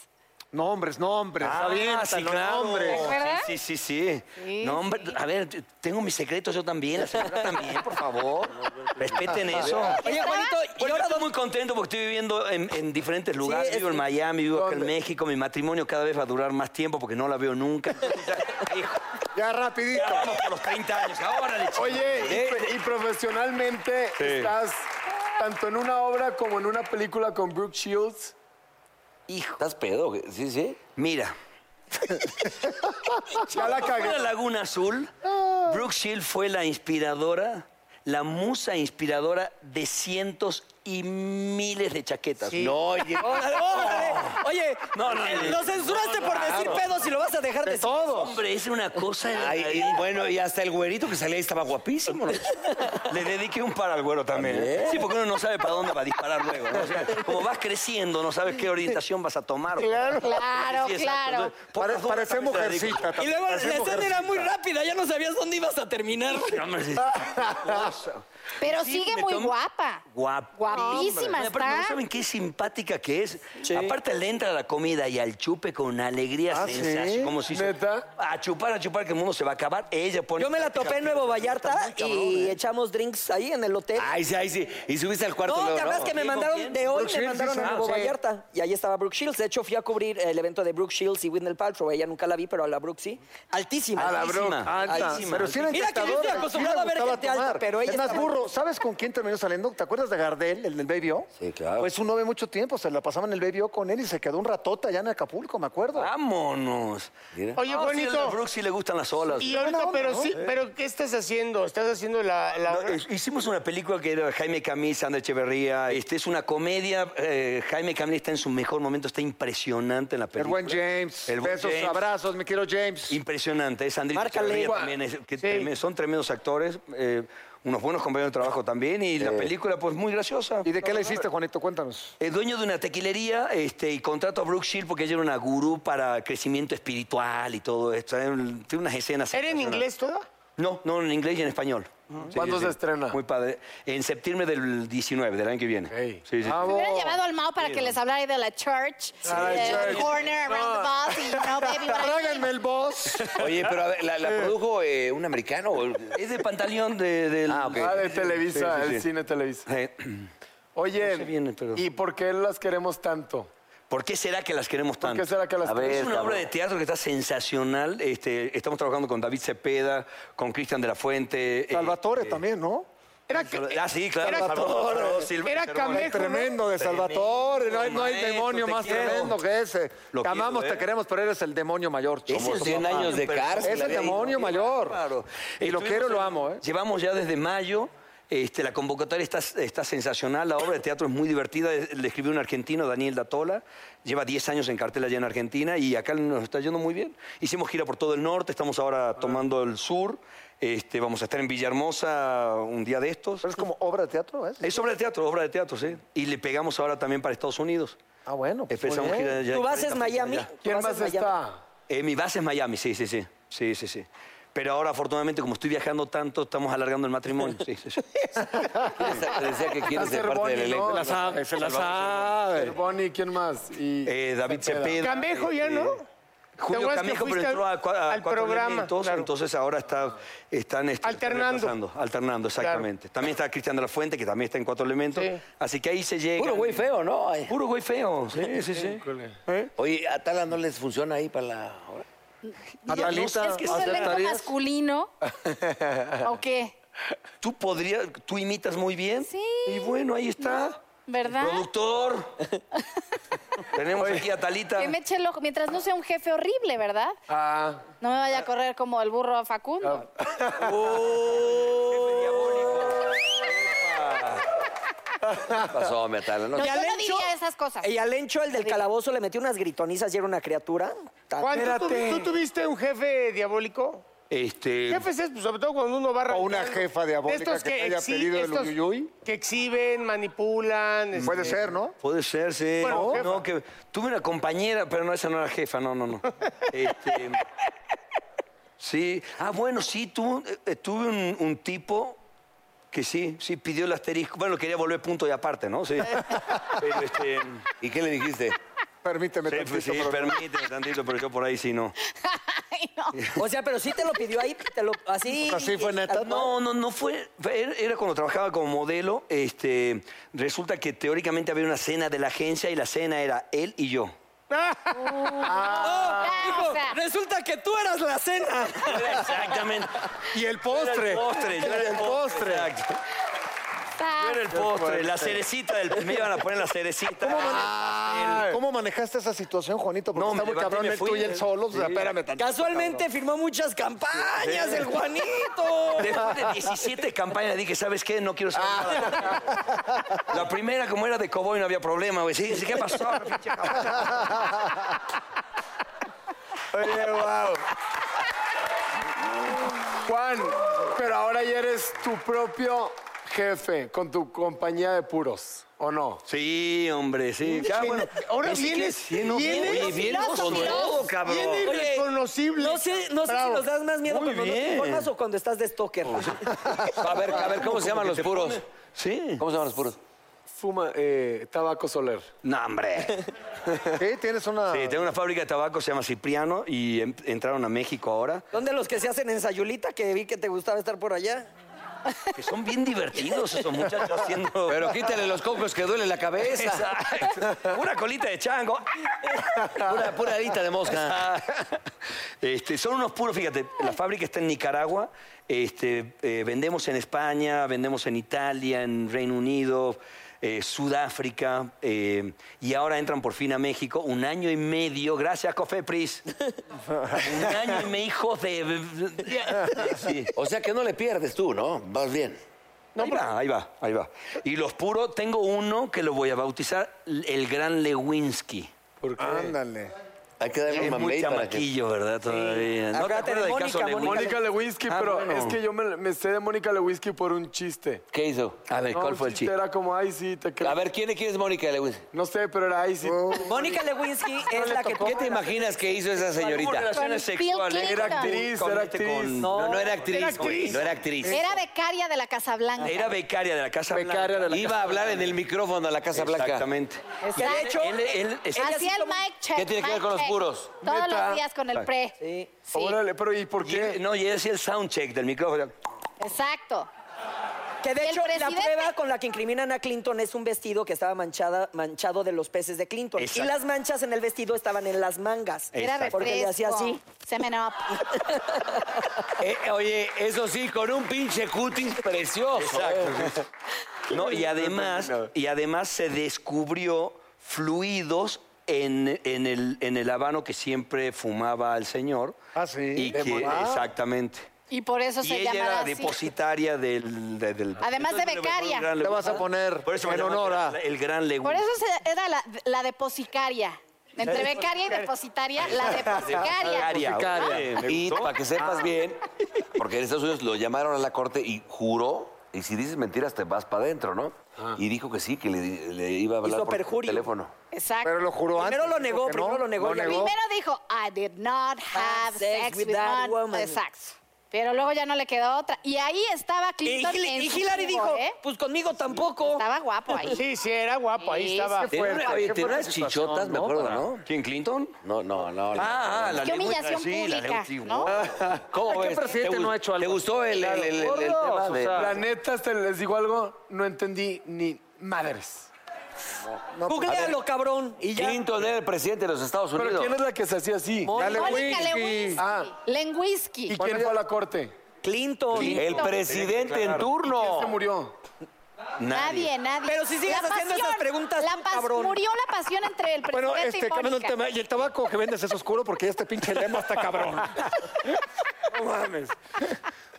Speaker 3: Nombres, nombres.
Speaker 8: Ah, sí, claro.
Speaker 3: nombres.
Speaker 7: ¿Te acuerdas?
Speaker 8: Sí, sí, sí, sí.
Speaker 7: Sí,
Speaker 8: No, hombre,
Speaker 7: sí.
Speaker 8: a ver, t- tengo mis secretos yo también, la señora también, por favor. Respeten eso.
Speaker 2: Oye, Juanito,
Speaker 8: Bueno, yo estoy muy contento porque estoy viviendo en, en diferentes lugares. vivo en Miami, vivo acá en
Speaker 6: ¿Dónde?
Speaker 8: México. Mi matrimonio cada vez va a durar más tiempo porque no la veo nunca. Hijo,
Speaker 6: Ya rapidito.
Speaker 8: ya vamos por los 30 años. Ahora le
Speaker 6: Oye, y
Speaker 2: Eh,
Speaker 6: pe- y, profesionalmente estás tanto en una obra como en una película con Brooke Shields.
Speaker 2: hijo. ¿Estás pedo? Sí, sí.
Speaker 8: Mira.
Speaker 6: Ya la
Speaker 8: Fue la
Speaker 6: cagué.
Speaker 8: Laguna Azul, Brooke Shield fue la inspiradora, la musa inspiradora de cientos y miles de chaquetas.
Speaker 4: <laughs>
Speaker 2: No, oye. ¡Órale, órale!
Speaker 4: Oye,
Speaker 8: No, no, no.
Speaker 4: Eh, lo censuraste por decir pedo si lo vas a dejar de decir.
Speaker 8: Hombre, es una cosa.
Speaker 2: Ay, y bueno, y hasta el güerito que salía ahí estaba guapísimo. ¿no?
Speaker 8: Le dediqué un par al güero también. Sí, porque uno no sabe para dónde va a disparar luego. ¿no? O sea, como vas creciendo, no sabes qué orientación vas a tomar.
Speaker 5: Claro.
Speaker 7: Claro,
Speaker 8: exacto.
Speaker 7: claro.
Speaker 8: Pocas
Speaker 3: Pare- parece
Speaker 8: horas te dedico.
Speaker 3: mujercita.
Speaker 4: Y luego la
Speaker 3: parece
Speaker 4: escena era
Speaker 3: mujercita.
Speaker 4: muy rápida, ya no sabías dónde ibas a terminar.
Speaker 8: No, hombre, sí.
Speaker 7: Pero
Speaker 8: Sí,
Speaker 7: sigue
Speaker 8: me
Speaker 7: muy
Speaker 8: tomo-
Speaker 7: guapa.
Speaker 8: Guap-
Speaker 7: Guapísima
Speaker 8: Oye, aparte, ¿no
Speaker 7: está.
Speaker 8: saben qué simpática que es? Aparte le entra a la comida y al chupe con una alegría
Speaker 3: Ah,
Speaker 8: sensacional.
Speaker 3: ¿sí?
Speaker 8: Como si se-
Speaker 6: ¿Neta?
Speaker 8: a chupar, a chupar, que el mundo se va a acabar. Ella pone...
Speaker 4: Yo me la topé en Nuevo Vallarta
Speaker 8: ¿eh?
Speaker 4: y echamos drinks ahí en el hotel.
Speaker 2: Ay, sí, ay, sí. Y subiste al cuarto.
Speaker 4: No,
Speaker 2: luego,
Speaker 4: te hablas que me
Speaker 8: ¿Quién,
Speaker 4: mandaron
Speaker 8: quién?
Speaker 4: de hoy,
Speaker 3: Brooke
Speaker 4: me
Speaker 3: Shields,
Speaker 4: mandaron a
Speaker 3: dices, ah,
Speaker 4: Nuevo
Speaker 3: sí.
Speaker 4: Vallarta. Y ahí estaba Brooke Shields. De hecho, fui a cubrir el evento de Brooke Shields y Whitney Paltrow. Ella nunca la vi, pero a la Brooke sí. Altísima.
Speaker 8: A la Brooke.
Speaker 3: Ah, alta.
Speaker 8: Altísima,
Speaker 3: Pero sí era
Speaker 4: altísima. Mira que yo estoy
Speaker 3: encantadora,
Speaker 4: acostumbrado
Speaker 3: sí
Speaker 4: a ver
Speaker 3: le gustaba
Speaker 4: gente alta,
Speaker 3: tomar.
Speaker 4: pero ella
Speaker 3: Es más,
Speaker 4: estaba-
Speaker 3: burro, ¿sabes con quién terminó saliendo? ¿Te acuerdas de Gardel, el del Baby O?
Speaker 2: Sí, claro.
Speaker 3: Pues un novio mucho tiempo, se la pasaba en el Baby O con él y se quedó un ratota allá en Acapulco, me acuerdo.
Speaker 8: Ah, Vámonos.
Speaker 5: Oye,
Speaker 8: No, sí,
Speaker 5: Juanito.
Speaker 8: a Brooks sí le gustan las olas.
Speaker 5: Y ahorita,
Speaker 3: Buena onda,
Speaker 5: pero
Speaker 3: ¿no?
Speaker 5: sí, pero ¿qué estás haciendo? ¿Estás haciendo la, la
Speaker 8: Eh. No,
Speaker 5: obra?
Speaker 8: eh, hicimos una película que era Jaime Camil, Sandra Echeverría. Este es una comedia. eh, Jaime Camil está en su mejor momento, está impresionante en la
Speaker 3: el
Speaker 8: película.
Speaker 3: buen James.
Speaker 8: El buen
Speaker 3: Besos,
Speaker 8: James.
Speaker 3: abrazos, mi quiero James.
Speaker 8: Impresionante. Es Andrés
Speaker 4: Márcale.
Speaker 8: Echeverría también. es- que trem- son tremendos actores, eh, unos buenos compañeros de trabajo también. Y
Speaker 4: Eh.
Speaker 8: la película, pues, muy graciosa.
Speaker 3: ¿Y de qué la hiciste, Juanito? Cuéntanos.
Speaker 8: El Eh, dueño de una tequilería este, y contrato a Brooke Shields porque ella era una gurú para crecimiento espiritual y todo esto. Eh, Tiene unas escenas.
Speaker 5: ¿Era en
Speaker 8: sensacionales.
Speaker 5: inglés toda?
Speaker 8: No, no, en inglés y en español. Sí,
Speaker 6: ¿Cuándo
Speaker 8: sí,
Speaker 6: se
Speaker 8: sí.
Speaker 6: estrena?
Speaker 8: Muy padre. En septiembre del 19, del año que viene.
Speaker 6: Ey.
Speaker 8: Sí, sí.
Speaker 7: Me hubieran llevado al Mao para que les hablara ahí de la church, del corner around the bus, y no, <laughs> baby, what I need.
Speaker 3: Tráiganme el boss.
Speaker 2: Oye, pero a ver, ¿la, la produjo eh, un americano? o-
Speaker 8: Es de pantaleón de, del...
Speaker 2: Ah, ok.
Speaker 6: Ah, de Televisa,
Speaker 8: Sí, sí, sí.
Speaker 6: el cine Televisa.
Speaker 8: Eh,
Speaker 6: Oye,
Speaker 8: No sé bien, pero-
Speaker 6: ¿y por qué las queremos tanto?
Speaker 8: ¿Por qué será que las queremos tanto?
Speaker 6: qué será que las
Speaker 8: A ver, Es
Speaker 6: queremos?
Speaker 8: una obra de teatro que está sensacional. Este, estamos trabajando con David Cepeda, con Cristian de la Fuente. eh,
Speaker 3: Salvatore también, ¿no?
Speaker 5: Era que-
Speaker 8: Ah, sí, claro.
Speaker 5: Era,
Speaker 8: Salvador, Salvador Silva,
Speaker 5: era
Speaker 8: Cervón.
Speaker 5: Camejo, ¿no?
Speaker 3: Tremendo de Salvatore. No hay, no hay
Speaker 8: maestro,
Speaker 3: demonio
Speaker 8: te
Speaker 3: más
Speaker 8: quiero.
Speaker 2: <laughs>
Speaker 3: tremendo que ese.
Speaker 8: Lo
Speaker 3: te
Speaker 8: quiero,
Speaker 3: amamos,
Speaker 8: ¿eh?
Speaker 3: te queremos, pero eres el demonio mayor.
Speaker 2: Ese
Speaker 3: Somos
Speaker 2: es 100
Speaker 3: mamá.
Speaker 2: años de cárcel.
Speaker 3: Es el demonio mayor. Y lo
Speaker 8: ¿eh? Estuvimos
Speaker 3: quiero, lo
Speaker 8: en-
Speaker 3: amo, ¿eh?
Speaker 8: Llevamos ya desde mayo. Este, la convocatoria está, está sensacional, la obra de teatro es muy divertida. Le escribió un argentino, Daniel Datola. Lleva 10 años en cartel allá en Argentina y acá nos está yendo muy bien. Hicimos gira por todo el norte, estamos ahora
Speaker 6: Ah.
Speaker 8: tomando el sur. Este, vamos a estar en Villahermosa un día de estos.
Speaker 3: Pero es como obra de teatro, ¿ves?
Speaker 8: Es obra de teatro, obra de teatro, sí. Y le pegamos ahora también para Estados Unidos.
Speaker 3: Ah, bueno. pues,
Speaker 8: Empezamos
Speaker 3: muy bien.
Speaker 8: gira ya
Speaker 4: ¿Tu
Speaker 8: en
Speaker 4: base es
Speaker 8: 40 fechas
Speaker 4: Miami?
Speaker 8: allá.
Speaker 4: ¿Tu
Speaker 6: ¿Quién
Speaker 4: base
Speaker 6: más
Speaker 4: es Miami?
Speaker 6: está?
Speaker 8: Eh, mi base es Miami, sí, sí, sí. Sí, sí, sí. Pero ahora, afortunadamente, como estoy viajando tanto, estamos alargando el matrimonio. Sí, sí, sí.
Speaker 2: Decía que quieres ser parte del
Speaker 6: Cervoni,
Speaker 2: elenco.
Speaker 6: ¿no?
Speaker 3: La sabe, se la sabe.
Speaker 6: Bonnie, ¿quién más? Y
Speaker 8: Eh, David Cepeda.
Speaker 5: Camejo ya,
Speaker 8: eh,
Speaker 5: ¿no?
Speaker 8: Julio
Speaker 5: acuerdas que
Speaker 8: Camejo, pero
Speaker 5: fuiste
Speaker 8: entró a,
Speaker 5: al-
Speaker 8: cua- a
Speaker 5: al
Speaker 8: cuatro
Speaker 5: programa,
Speaker 8: elementos,
Speaker 5: claro.
Speaker 8: entonces ahora está, están este,
Speaker 5: Alternando.
Speaker 8: están reemplazando, alternando, exactamente. También está Cristian de la Fuente, que también está en cuatro elementos.
Speaker 5: Sí.
Speaker 8: Así que ahí se llega.
Speaker 2: Puro güey feo, ¿no? Ay.
Speaker 8: Puro güey feo. <laughs> Sí, sí, sí.
Speaker 5: ¿Eh?
Speaker 2: Oye, ¿a Tala no les funciona ahí para la hora?
Speaker 3: Natalita,
Speaker 7: Es que es un elenco
Speaker 8: <laughs>
Speaker 3: ¿aceptarías?
Speaker 7: masculino. ¿O qué?
Speaker 8: Tú podrías, tú imitas muy bien.
Speaker 7: Sí.
Speaker 8: Y bueno, ahí está.
Speaker 7: ¿Verdad? <laughs>
Speaker 8: Productor. Tenemos aquí a Talita.
Speaker 7: Que me eche el ojo, mientras no sea un jefe horrible, ¿verdad?
Speaker 6: Ah,
Speaker 7: No me vaya a correr como el burro a
Speaker 8: Ah.
Speaker 7: Facundo.
Speaker 8: Oh.
Speaker 2: ¿Qué pasó, mi Tala? No,
Speaker 7: No, yo
Speaker 4: al
Speaker 7: no
Speaker 4: hecho-
Speaker 7: diría esas cosas.
Speaker 4: Y al Encho, el del calabozo, le metió unas gritonizas y era una criatura. Ta-
Speaker 5: Juan, ¿tú, tuvi- tú tuviste un jefe diabólico?
Speaker 8: Este.
Speaker 5: Jefes es, pues, sobre todo cuando uno va a
Speaker 3: O una
Speaker 5: arrancar.
Speaker 3: jefa diabólica
Speaker 5: Estos
Speaker 3: que te haya
Speaker 5: exhi-
Speaker 3: pedido el
Speaker 5: estos
Speaker 3: uyuyuy.
Speaker 5: Que exhiben, manipulan. este,
Speaker 3: Puede ser, ¿no?
Speaker 8: Puede ser, sí.
Speaker 5: Bueno,
Speaker 8: No,
Speaker 5: jefa.
Speaker 8: no, que tuve una compañera, pero no, esa no era jefa, no, no, no. Este, sí. Ah, bueno, sí, tu- eh, tuve un, un tipo que sí, sí, pidió el asterisco. Bueno, quería volver punto y aparte, ¿no? Sí. Pero este.
Speaker 2: ¿Y qué le dijiste?
Speaker 3: Permíteme
Speaker 8: Sí,
Speaker 3: tantito,
Speaker 8: pues, sí,
Speaker 3: pero-
Speaker 8: permíteme tantito, pero yo por ahí sí no.
Speaker 7: Ay, no.
Speaker 4: O sea, pero sí te lo pidió ahí, te lo, así.
Speaker 3: Así fue, neta.
Speaker 4: tal cual.
Speaker 8: No, no, no fue. fue- Era, era cuando trabajaba como modelo. Este, resulta que teóricamente había una cena de la agencia y la cena era él y yo.
Speaker 7: Ah, o sea,
Speaker 4: Resulta que tú eras la cena.
Speaker 8: Era Exactamente.
Speaker 3: Y el
Speaker 8: Era
Speaker 3: postre.
Speaker 8: el postre. yo
Speaker 3: Era
Speaker 8: era
Speaker 3: el postre.
Speaker 8: Exacto. Yo era el postre, la cerecita del. Me iban a poner la cerecita.
Speaker 3: ¿Cómo, mane- ¿Cómo manejaste esa situación, Juanito? Porque
Speaker 8: No,
Speaker 3: está
Speaker 8: me
Speaker 3: muy
Speaker 8: levanté y
Speaker 3: cabrón
Speaker 8: me
Speaker 3: él,
Speaker 8: fui.
Speaker 3: tú y él solo. O sea,
Speaker 8: Sí.
Speaker 3: espérame tantito,
Speaker 4: Casualmente
Speaker 3: cabrón.
Speaker 4: firmó muchas campañas el Juanito.
Speaker 8: <laughs>
Speaker 4: Ah.
Speaker 8: Después de 17 campañas dije, ¿sabes qué? No quiero saber nada. La primera, como era de cowboy, no había problema, güey. Sí, sí,
Speaker 4: <laughs>
Speaker 8: ¿qué pasó? pinche cabrón?
Speaker 3: Oye, wow.
Speaker 6: Juan, pero ahora ya eres tu propio jefe con tu compañía de puros, ¿o no?
Speaker 8: Sí, hombre, sí. Ya, bueno.
Speaker 5: Ahora
Speaker 8: es que
Speaker 5: vienes,
Speaker 8: sí, no,
Speaker 5: vienes,
Speaker 8: oye, vienes con todo, cabrón.
Speaker 5: Viene irreconocible.
Speaker 4: No sé, no sé si
Speaker 5: Bravo.
Speaker 4: nos das más miedo
Speaker 8: Muy
Speaker 4: cuando no te
Speaker 8: bien.
Speaker 4: informas o cuando estás de stalker.
Speaker 2: A ver, a ver, ¿cómo se llaman los puros?
Speaker 8: Sí.
Speaker 2: ¿Cómo se llaman los puros?
Speaker 6: Fuma eh, tabaco soler.
Speaker 8: No, hombre.
Speaker 3: Sí, tienes una...
Speaker 8: Sí, tengo una fábrica de tabaco, se llama Cipriano, y en- entraron a México ahora.
Speaker 4: <laughs> ¿Dónde los que se hacen en Sayulita que vi que te gustaba estar por allá?
Speaker 8: Que son bien divertidos esos muchachos haciendo...
Speaker 2: Pero quítale los cocos que duele la cabeza.
Speaker 8: Exacto. Una colita de chango.
Speaker 2: Pura, pura alita de mosca.
Speaker 8: Este, son unos puros, fíjate, la fábrica está en Nicaragua, este, eh, vendemos en España, vendemos en Italia, en Reino Unido, eh, Sudáfrica, eh, y ahora entran por fin a México, un año y medio, gracias Cofepris, un año y medio, hijo de... Sí.
Speaker 2: O sea que no le pierdes tú, ¿no? Vas bien.
Speaker 8: ahí va, ahí va, ahí va. Y los puros, tengo uno que lo voy a bautizar, el gran Lewinsky.
Speaker 3: Ándale.
Speaker 2: Hay que darle
Speaker 8: Es muy
Speaker 2: un mamey para que...
Speaker 8: chamaquillo, ¿verdad? Todavía. No te
Speaker 4: Acuérdate
Speaker 8: acuerdas
Speaker 4: de
Speaker 8: del
Speaker 4: Mónica,
Speaker 8: caso de
Speaker 4: Mónica
Speaker 6: Mónica Lewinsky,
Speaker 8: Ah,
Speaker 6: pero
Speaker 8: bueno.
Speaker 6: es que yo me, me sé de Mónica Lewinsky por un chiste.
Speaker 2: ¿Qué hizo? A ver,
Speaker 6: No,
Speaker 2: ¿cuál
Speaker 6: un
Speaker 2: fue el chiste?
Speaker 6: Era como, ay, sí, te creo.
Speaker 2: A ver, ¿quién, quién es Mónica Lewis?
Speaker 6: No sé, pero era ay, sí.
Speaker 4: Mónica
Speaker 2: <laughs>
Speaker 4: Lewinsky es la que
Speaker 2: ¿Qué te imaginas que hizo esa señorita?
Speaker 8: relaciones
Speaker 7: Con Bill
Speaker 8: sexuales?
Speaker 7: Clinton. Era
Speaker 6: actriz, era
Speaker 8: Con-
Speaker 6: actriz.
Speaker 8: con-
Speaker 2: No, no, era actriz.
Speaker 8: Era
Speaker 2: güey,
Speaker 8: actriz.
Speaker 2: No era actriz.
Speaker 7: Era becaria de la Casa Blanca.
Speaker 8: Era becaria de la Casa
Speaker 6: Becaria de la
Speaker 2: Iba a hablar en el micrófono a la Casa Blanca.
Speaker 8: Exactamente.
Speaker 4: Que de hecho,
Speaker 8: Él, él- es-
Speaker 7: Hacía el mic check.
Speaker 2: ¿Qué tiene que ver
Speaker 7: mic
Speaker 2: con los
Speaker 7: check.
Speaker 2: puros?
Speaker 7: Todos
Speaker 6: Neta.
Speaker 7: los días con el pre.
Speaker 4: Sí.
Speaker 7: Sí,
Speaker 6: Órale, pero ¿y por
Speaker 8: y
Speaker 6: qué?
Speaker 8: él- no, y él hacía el soundcheck del micrófono.
Speaker 7: exacto.
Speaker 4: que de
Speaker 7: El
Speaker 4: hecho la
Speaker 7: presidente-
Speaker 4: prueba con la que incriminan a Clinton es un vestido que estaba manchada, manchado de los peces de Clinton.
Speaker 8: Exacto.
Speaker 4: Y las manchas en el vestido estaban en las mangas.
Speaker 7: Era refresco.
Speaker 4: Porque le hacía así.
Speaker 7: Semen up.
Speaker 2: Eh, oye, eso sí, con un pinche cutis precioso. ¿eh? <laughs>
Speaker 8: No, y además, y además se descubrió fluidos en, en el, en el habano que siempre fumaba el señor.
Speaker 3: Ah, sí.
Speaker 8: Y
Speaker 3: De
Speaker 8: que-
Speaker 3: moda.
Speaker 8: exactamente.
Speaker 7: Y por eso
Speaker 8: y
Speaker 7: se
Speaker 8: ella
Speaker 7: llamaba
Speaker 8: era
Speaker 7: así.
Speaker 8: depositaria del, de- del-
Speaker 7: Además de
Speaker 8: Entonces le voy a poner
Speaker 7: becaria.
Speaker 8: un gran
Speaker 3: Te vas a
Speaker 8: Lewinsky.
Speaker 3: poner
Speaker 8: Por eso me
Speaker 3: en
Speaker 8: llaman
Speaker 3: honor a-
Speaker 8: El gran legú.
Speaker 7: Por eso se- era la, la deposicaria. Entre becaria y depositaria, la
Speaker 8: Ah,
Speaker 7: deposicaria.
Speaker 2: Y para que sepas bien, porque en Estados Unidos lo llamaron a la corte y juró, y si dices mentiras te vas para adentro, ¿no?
Speaker 8: Ah.
Speaker 2: Y dijo que sí, que le, le iba a hablar
Speaker 4: Hizo
Speaker 2: por
Speaker 4: perjurio.
Speaker 2: teléfono.
Speaker 7: Exacto.
Speaker 3: Pero lo juró antes.
Speaker 4: Primero lo negó,
Speaker 3: dijo que
Speaker 4: primero lo negó,
Speaker 3: Lo
Speaker 4: ya vi.
Speaker 3: negó.
Speaker 7: Primero dijo, I did not have sex, with, that
Speaker 4: woman."
Speaker 7: Exacto. Pero luego ya no le quedó otra. Y ahí estaba
Speaker 4: Y,
Speaker 7: Clinton.
Speaker 4: Hil-
Speaker 7: en
Speaker 4: y
Speaker 7: su
Speaker 4: Hillary
Speaker 7: jugo,
Speaker 4: dijo,
Speaker 7: ¿eh?
Speaker 4: pues conmigo tampoco.
Speaker 7: Estaba guapo ahí.
Speaker 5: Sí, sí, era guapo, ahí
Speaker 7: Sí,
Speaker 5: estaba.
Speaker 7: sí,
Speaker 2: Tenía
Speaker 7: fue.
Speaker 2: una- oye, tenía unas chichotas, me acuerdo, ¿no?
Speaker 8: ¿Quién, Clinton?
Speaker 2: No, no, no.
Speaker 8: Ah, ah, la
Speaker 7: Qué
Speaker 8: lengua-
Speaker 7: humillación
Speaker 8: sí, la
Speaker 7: pública,
Speaker 8: lengua-
Speaker 7: ¿no?
Speaker 2: <laughs> ¿Cómo
Speaker 9: ¿Qué
Speaker 2: ves?
Speaker 9: presidente
Speaker 2: ¿Te
Speaker 9: no
Speaker 2: gu-
Speaker 9: ha hecho algo
Speaker 2: ¿Te gustó el, el- el- el- el tema de...?
Speaker 6: La neta, hasta les digo algo, no entendí ni madres.
Speaker 4: Googlealo, cabrón. Y ya.
Speaker 2: Clinton era el presidente de los Estados Unidos.
Speaker 6: Pero ¿quién es la que se hacía así?
Speaker 3: Dale
Speaker 7: Mónica
Speaker 3: whisky.
Speaker 7: Lewinsky.
Speaker 6: Ah.
Speaker 7: Lewinsky.
Speaker 6: ¿Y quién fue a la corte?
Speaker 4: Clinton.
Speaker 2: El presidente en
Speaker 6: ¿Quién se
Speaker 2: turno.
Speaker 6: murió?
Speaker 7: Nadie, Ah. nadie.
Speaker 4: Pero si sigues haciendo esas preguntas,
Speaker 7: la pas-
Speaker 4: cabrón.
Speaker 7: Murió la pasión entre el presidente
Speaker 3: Bueno, este,
Speaker 7: y Mónica.
Speaker 3: cambiando el tema. Y el tabaco que vendes es oscuro porque este pinche lema está
Speaker 8: <laughs>
Speaker 3: cabrón. No mames.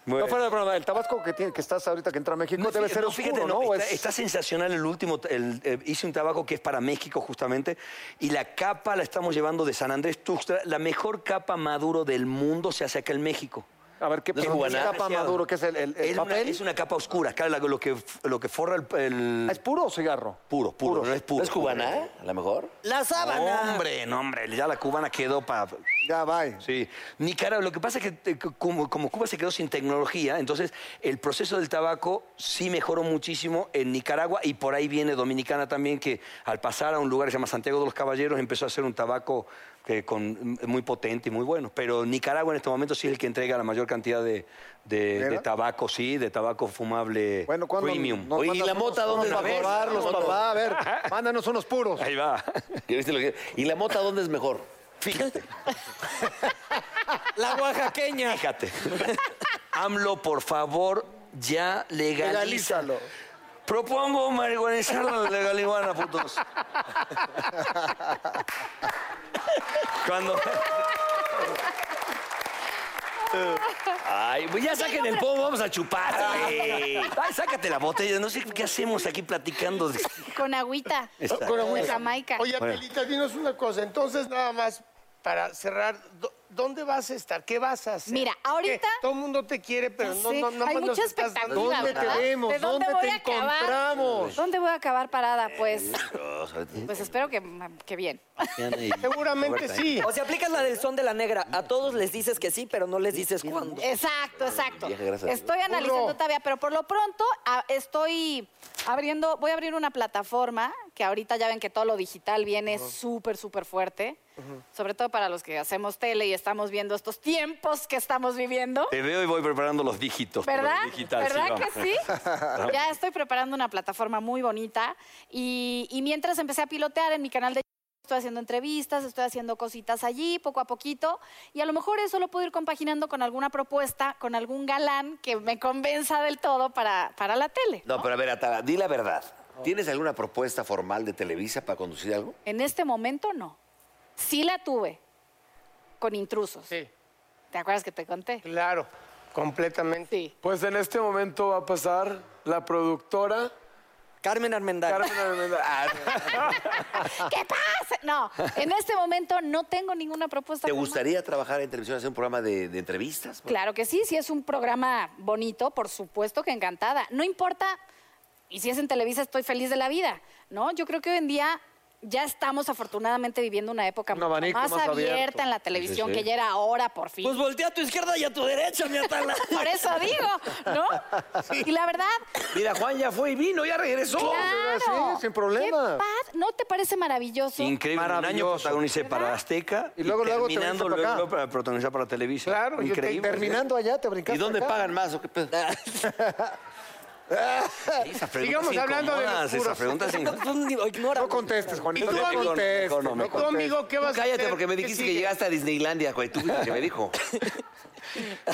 Speaker 3: No fuera de broma, el tabasco que, tiene, que estás ahorita que entra a México debe
Speaker 8: fíjate,
Speaker 3: ser
Speaker 8: no,
Speaker 3: oscuro,
Speaker 8: fíjate,
Speaker 3: ¿no?
Speaker 8: no,
Speaker 3: ¿O
Speaker 8: Está,
Speaker 3: es-
Speaker 8: está sensacional el último. el, eh, hice un tabaco que es para México, justamente. Y la capa la estamos llevando de San Andrés Tuxtla. La mejor capa maduro del mundo se hace acá en México.
Speaker 3: A ver, ¿qué
Speaker 8: No es
Speaker 3: pero ¿qué
Speaker 8: guaná.
Speaker 3: capa maduro? ¿Qué es el, el- el
Speaker 8: Es una,
Speaker 3: papel?
Speaker 8: es una capa oscura, claro, la- lo que, lo que forra el... el-
Speaker 3: Ah, ¿Es puro o cigarro?
Speaker 8: puro, puro, no es eh? puro.
Speaker 2: ¿Es cubana, a lo mejor?
Speaker 4: La sábana.
Speaker 8: Hombre, no, hombre, ya la cubana quedó para...
Speaker 3: Ya, bye.
Speaker 8: Sí. Nicaragua, lo que pasa es que eh, como, como Cuba se quedó sin tecnología, entonces el proceso del tabaco sí mejoró muchísimo en Nicaragua y por ahí viene Dominicana también, que al pasar a un lugar que se llama Santiago de los Caballeros empezó a hacer un tabaco que con, muy potente y muy bueno. Pero Nicaragua en este momento sí es el que entrega la mayor cantidad de, de- de
Speaker 3: ¿Verdad?
Speaker 8: tabaco, sí, de tabaco fumable
Speaker 3: Bueno, ¿cuándo?
Speaker 8: premium.
Speaker 3: nos
Speaker 2: Oye, ¿y
Speaker 3: mandas
Speaker 2: la
Speaker 3: unos-
Speaker 2: mota dónde
Speaker 3: unos
Speaker 2: la ves?
Speaker 3: para probarlos,
Speaker 2: La mota.
Speaker 3: papá? A ver, mándanos
Speaker 8: <laughs>
Speaker 3: unos puros.
Speaker 8: Ahí va.
Speaker 2: ¿Ya viste lo que- ¿Y la mota dónde es mejor?
Speaker 8: Fíjate.
Speaker 4: La
Speaker 7: <laughs>
Speaker 4: oaxaqueña.
Speaker 8: Fíjate. AMLO, por favor, ya legaliza.
Speaker 3: Legalízalo.
Speaker 8: Propongo marihuanizar la legalihuana, putos. Cuando... Ay, pues ya saquen el pomo, vamos
Speaker 7: <laughs>
Speaker 8: a chupar. güey. Ay, sácate la botella. No sé qué hacemos aquí platicando. de-
Speaker 7: Con agüita.
Speaker 8: Exacto.
Speaker 5: Con agüita.
Speaker 7: Jamaica.
Speaker 5: Oye,
Speaker 8: Bueno.
Speaker 5: Abdelita, dinos una cosa. Entonces, nada más para cerrar, ¿dó- ¿dónde vas a estar? ¿Qué vas a hacer?
Speaker 7: Mira, ahorita-
Speaker 5: ¿Qué? Todo el mundo te quiere, pero
Speaker 7: Ya
Speaker 5: no,
Speaker 7: sé.
Speaker 5: no, no.
Speaker 7: Hay
Speaker 5: pues, nos
Speaker 7: mucha
Speaker 5: estás dando-
Speaker 7: expectativa,
Speaker 5: ¿Dónde
Speaker 7: ¿verdad?
Speaker 5: te vemos?
Speaker 7: ¿De dónde voy
Speaker 5: te
Speaker 7: a acabar?
Speaker 5: encontramos?
Speaker 7: ¿Dónde voy a acabar parada? Pues,
Speaker 8: Eh,
Speaker 7: pues espero que, que bien.
Speaker 5: Seguramente sí.
Speaker 4: O sea, aplicas la del son de la negra. A todos les dices que sí, pero no les dices cuándo.
Speaker 7: Exacto, exacto.
Speaker 8: Vieja, gracias.
Speaker 7: Estoy analizando
Speaker 5: Burro.
Speaker 7: todavía, pero por lo pronto a- estoy abriendo, voy a abrir una plataforma que ahorita ya ven que todo lo digital viene súper, súper fuerte, sobre todo para los que hacemos tele y estamos viendo estos tiempos que estamos viviendo.
Speaker 8: Te veo y voy preparando los dígitos. para
Speaker 7: ¿Verdad?
Speaker 8: el digital,
Speaker 7: ¿Verdad
Speaker 8: va.
Speaker 2: <laughs>
Speaker 7: que sí? ya estoy preparando una plataforma muy bonita y, y mientras empecé a pilotear en mi canal de estoy haciendo entrevistas, estoy haciendo cositas allí poco a poquito y a lo mejor eso lo puedo ir compaginando con alguna propuesta, con algún galán que me convenza del todo para, para la tele.
Speaker 9: No, pero a ver, Atala, di la verdad. ¿Tienes alguna propuesta formal de Televisa para conducir algo?
Speaker 7: En este momento no. Sí la tuve con intrusos.
Speaker 5: Sí,
Speaker 7: ¿Te acuerdas que te conté?
Speaker 5: claro, completamente.
Speaker 7: Sí.
Speaker 6: Pues en este momento va a pasar la productora
Speaker 4: Carmen Armendal.
Speaker 6: Carmen Armendariz.
Speaker 7: ¿Qué pasa? No, en este momento no tengo ninguna propuesta.
Speaker 9: ¿Te
Speaker 7: formal.
Speaker 9: gustaría trabajar en televisión, hacer un programa de, de entrevistas?
Speaker 2: Pues
Speaker 7: Claro que sí, si es un programa bonito, por supuesto que encantada. No importa, y si es en Televisa estoy feliz de la vida, ¿no? Yo creo que hoy en día ya estamos afortunadamente viviendo una época
Speaker 3: Un
Speaker 7: mucho
Speaker 3: abanico
Speaker 7: más,
Speaker 3: más
Speaker 7: abierta
Speaker 3: abierto.
Speaker 7: en la televisión, que ya era ahora por fin.
Speaker 2: Pues voltea a tu izquierda y a tu derecha, mi Atala.
Speaker 7: <laughs> por
Speaker 2: <laughs>
Speaker 7: eso digo, ¿no? Y la verdad,
Speaker 2: Mira, Juan ya fue y vino, ya regresó.
Speaker 7: claro.
Speaker 3: sí, sin problema.
Speaker 7: ¿Qué paz? ¿No te parece maravilloso?
Speaker 8: Increíble. Un año
Speaker 3: Maravilloso.
Speaker 8: protagonicé para Azteca.
Speaker 3: Y luego, luego te viniste
Speaker 8: terminando
Speaker 3: para
Speaker 8: luego,
Speaker 3: acá.
Speaker 8: luego para protagonizar para Televisa.
Speaker 5: Claro, yo te-
Speaker 8: Increíble.
Speaker 3: Terminando allá, te brincaste.
Speaker 9: ¿Y dónde
Speaker 3: acá.
Speaker 9: pagan más o qué pedo?
Speaker 8: Esas preguntas
Speaker 5: Sigamos hablando de
Speaker 8: incomodas,
Speaker 5: locuras.
Speaker 8: esas preguntas
Speaker 4: No,
Speaker 8: incomodas.
Speaker 4: tú ni- ignora.
Speaker 3: No contestes,
Speaker 5: ¿Y
Speaker 3: Juanito.
Speaker 5: tú,
Speaker 3: No
Speaker 5: amigo?
Speaker 3: contestes.
Speaker 8: No, no, me
Speaker 3: no
Speaker 5: Tú, amigo, ¿qué vas a hacer?
Speaker 9: Cállate, porque me
Speaker 5: ¿Qué
Speaker 9: dijiste que
Speaker 5: sigue?
Speaker 9: llegaste a Disneylandia, güey. Tú fuiste el que me dijo.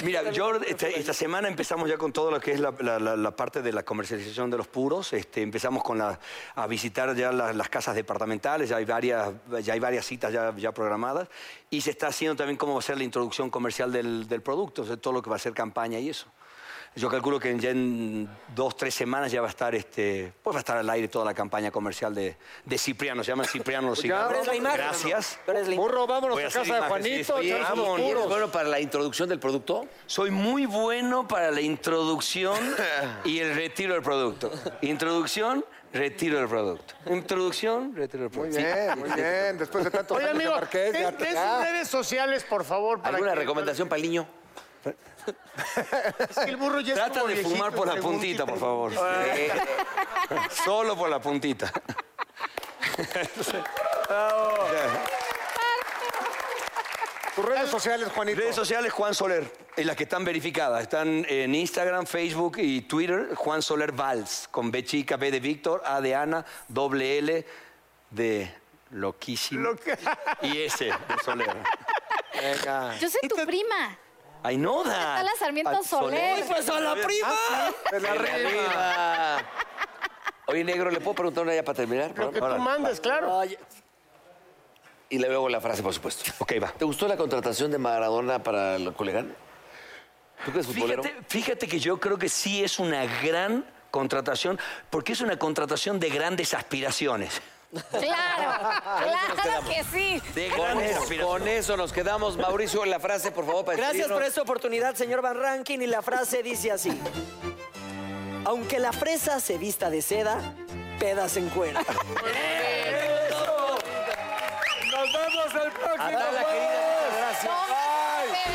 Speaker 8: Mira, yo esta, esta semana empezamos ya con todo lo que es la, la- la- la parte de la comercialización de los puros. Este, empezamos con la, a visitar ya la- las casas departamentales, ya hay varias, ya hay varias citas ya, ya programadas. Y se está haciendo también cómo va a ser la introducción comercial del, del producto, o sea, todo lo que va a ser campaña y eso. Yo calculo que ya en dos, tres semanas ya va a estar, este, pues va a estar al aire toda la campaña comercial de, de Cipriano. Se llama Cipriano los
Speaker 3: <laughs> ya,
Speaker 8: cigarros.
Speaker 3: pero es la
Speaker 4: imagen,
Speaker 8: Gracias.
Speaker 4: Tú eres lindo.
Speaker 3: Burro, vámonos
Speaker 8: Voy a
Speaker 3: a
Speaker 8: hacer
Speaker 3: casa de
Speaker 8: imágenes,
Speaker 3: Juanito.
Speaker 8: sí,
Speaker 3: echarnos
Speaker 8: vamos,
Speaker 3: unos
Speaker 9: ¿Y eres
Speaker 3: puros.
Speaker 9: bueno para la introducción del producto?
Speaker 8: Soy muy bueno para la introducción y el retiro del producto. Introducción, retiro del producto. Introducción, retiro del
Speaker 3: Muy
Speaker 8: producto.
Speaker 3: bien, muy bien. Después de tanto
Speaker 5: Oye, amigo, ten, ten sus redes sociales, por favor. Para
Speaker 9: ¿Alguna
Speaker 5: que-
Speaker 9: recomendación para el niño?
Speaker 5: Es que el burro ya es
Speaker 8: <laughs> Trata
Speaker 5: como
Speaker 8: de
Speaker 5: viejito,
Speaker 8: fumar por la
Speaker 5: pregunta y
Speaker 8: puntita, por
Speaker 5: pregunta.
Speaker 8: favor. <laughs> Solo por la puntita.
Speaker 3: Tus redes sociales, Juanito.
Speaker 8: Redes sociales, Juan Soler. En las que están verificadas. Están en Instagram, Facebook y Twitter. Juan Soler Valls. Con B chica, B de Víctor, A de Ana, doble L de loquísimo. Y S de Soler.
Speaker 3: Venga.
Speaker 7: Yo soy tu prima.
Speaker 8: ¡Ay, no da!
Speaker 7: Está la Sarmiento
Speaker 8: Ay,
Speaker 7: Soler.
Speaker 2: Pues pasó a la prima.
Speaker 3: Es la reina.
Speaker 9: Oye, negro, ¿le puedo preguntar una ya para terminar?
Speaker 5: Lo que tú
Speaker 8: Órale.
Speaker 5: mandes, claro.
Speaker 4: Oye,
Speaker 9: Y le luego la frase, por supuesto.
Speaker 8: Ok, va.
Speaker 9: ¿Te gustó la contratación de Maradona para el Culiacán? ¿Tú crees futbolero?
Speaker 8: Fíjate, fíjate que yo creo que sí es una gran contratación, porque es una contratación de grandes aspiraciones.
Speaker 7: Claro, claro que sí.
Speaker 8: De
Speaker 9: Con
Speaker 8: grandes
Speaker 9: eso,
Speaker 8: aspiraciones.
Speaker 9: con eso nos quedamos. Mauricio, la frase, por favor, para
Speaker 4: Gracias por
Speaker 9: despedirnos.
Speaker 4: esta oportunidad, señor Van Rankin. Y la frase dice así. Aunque la fresa se vista de seda, pedas en cuero.
Speaker 6: Nos vemos el próximo.
Speaker 9: Adala,
Speaker 6: jueves.
Speaker 9: querida, muchas gracias.
Speaker 7: Toma, bebé.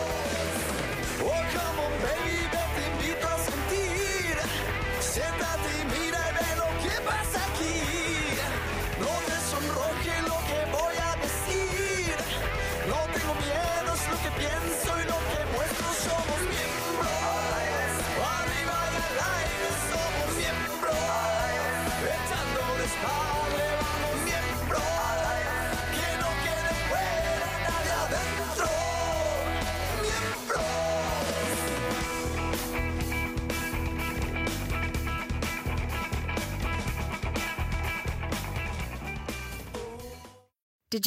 Speaker 1: Oh, come on, baby, te invito a sentir. Siéntate y mira y ve lo que pasa aquí. No te sonroje lo que voy a decir. No tengo miedo, es lo que pienso y lo que muestro. Somos miembros. Arriba del aire somos miembros.
Speaker 10: Did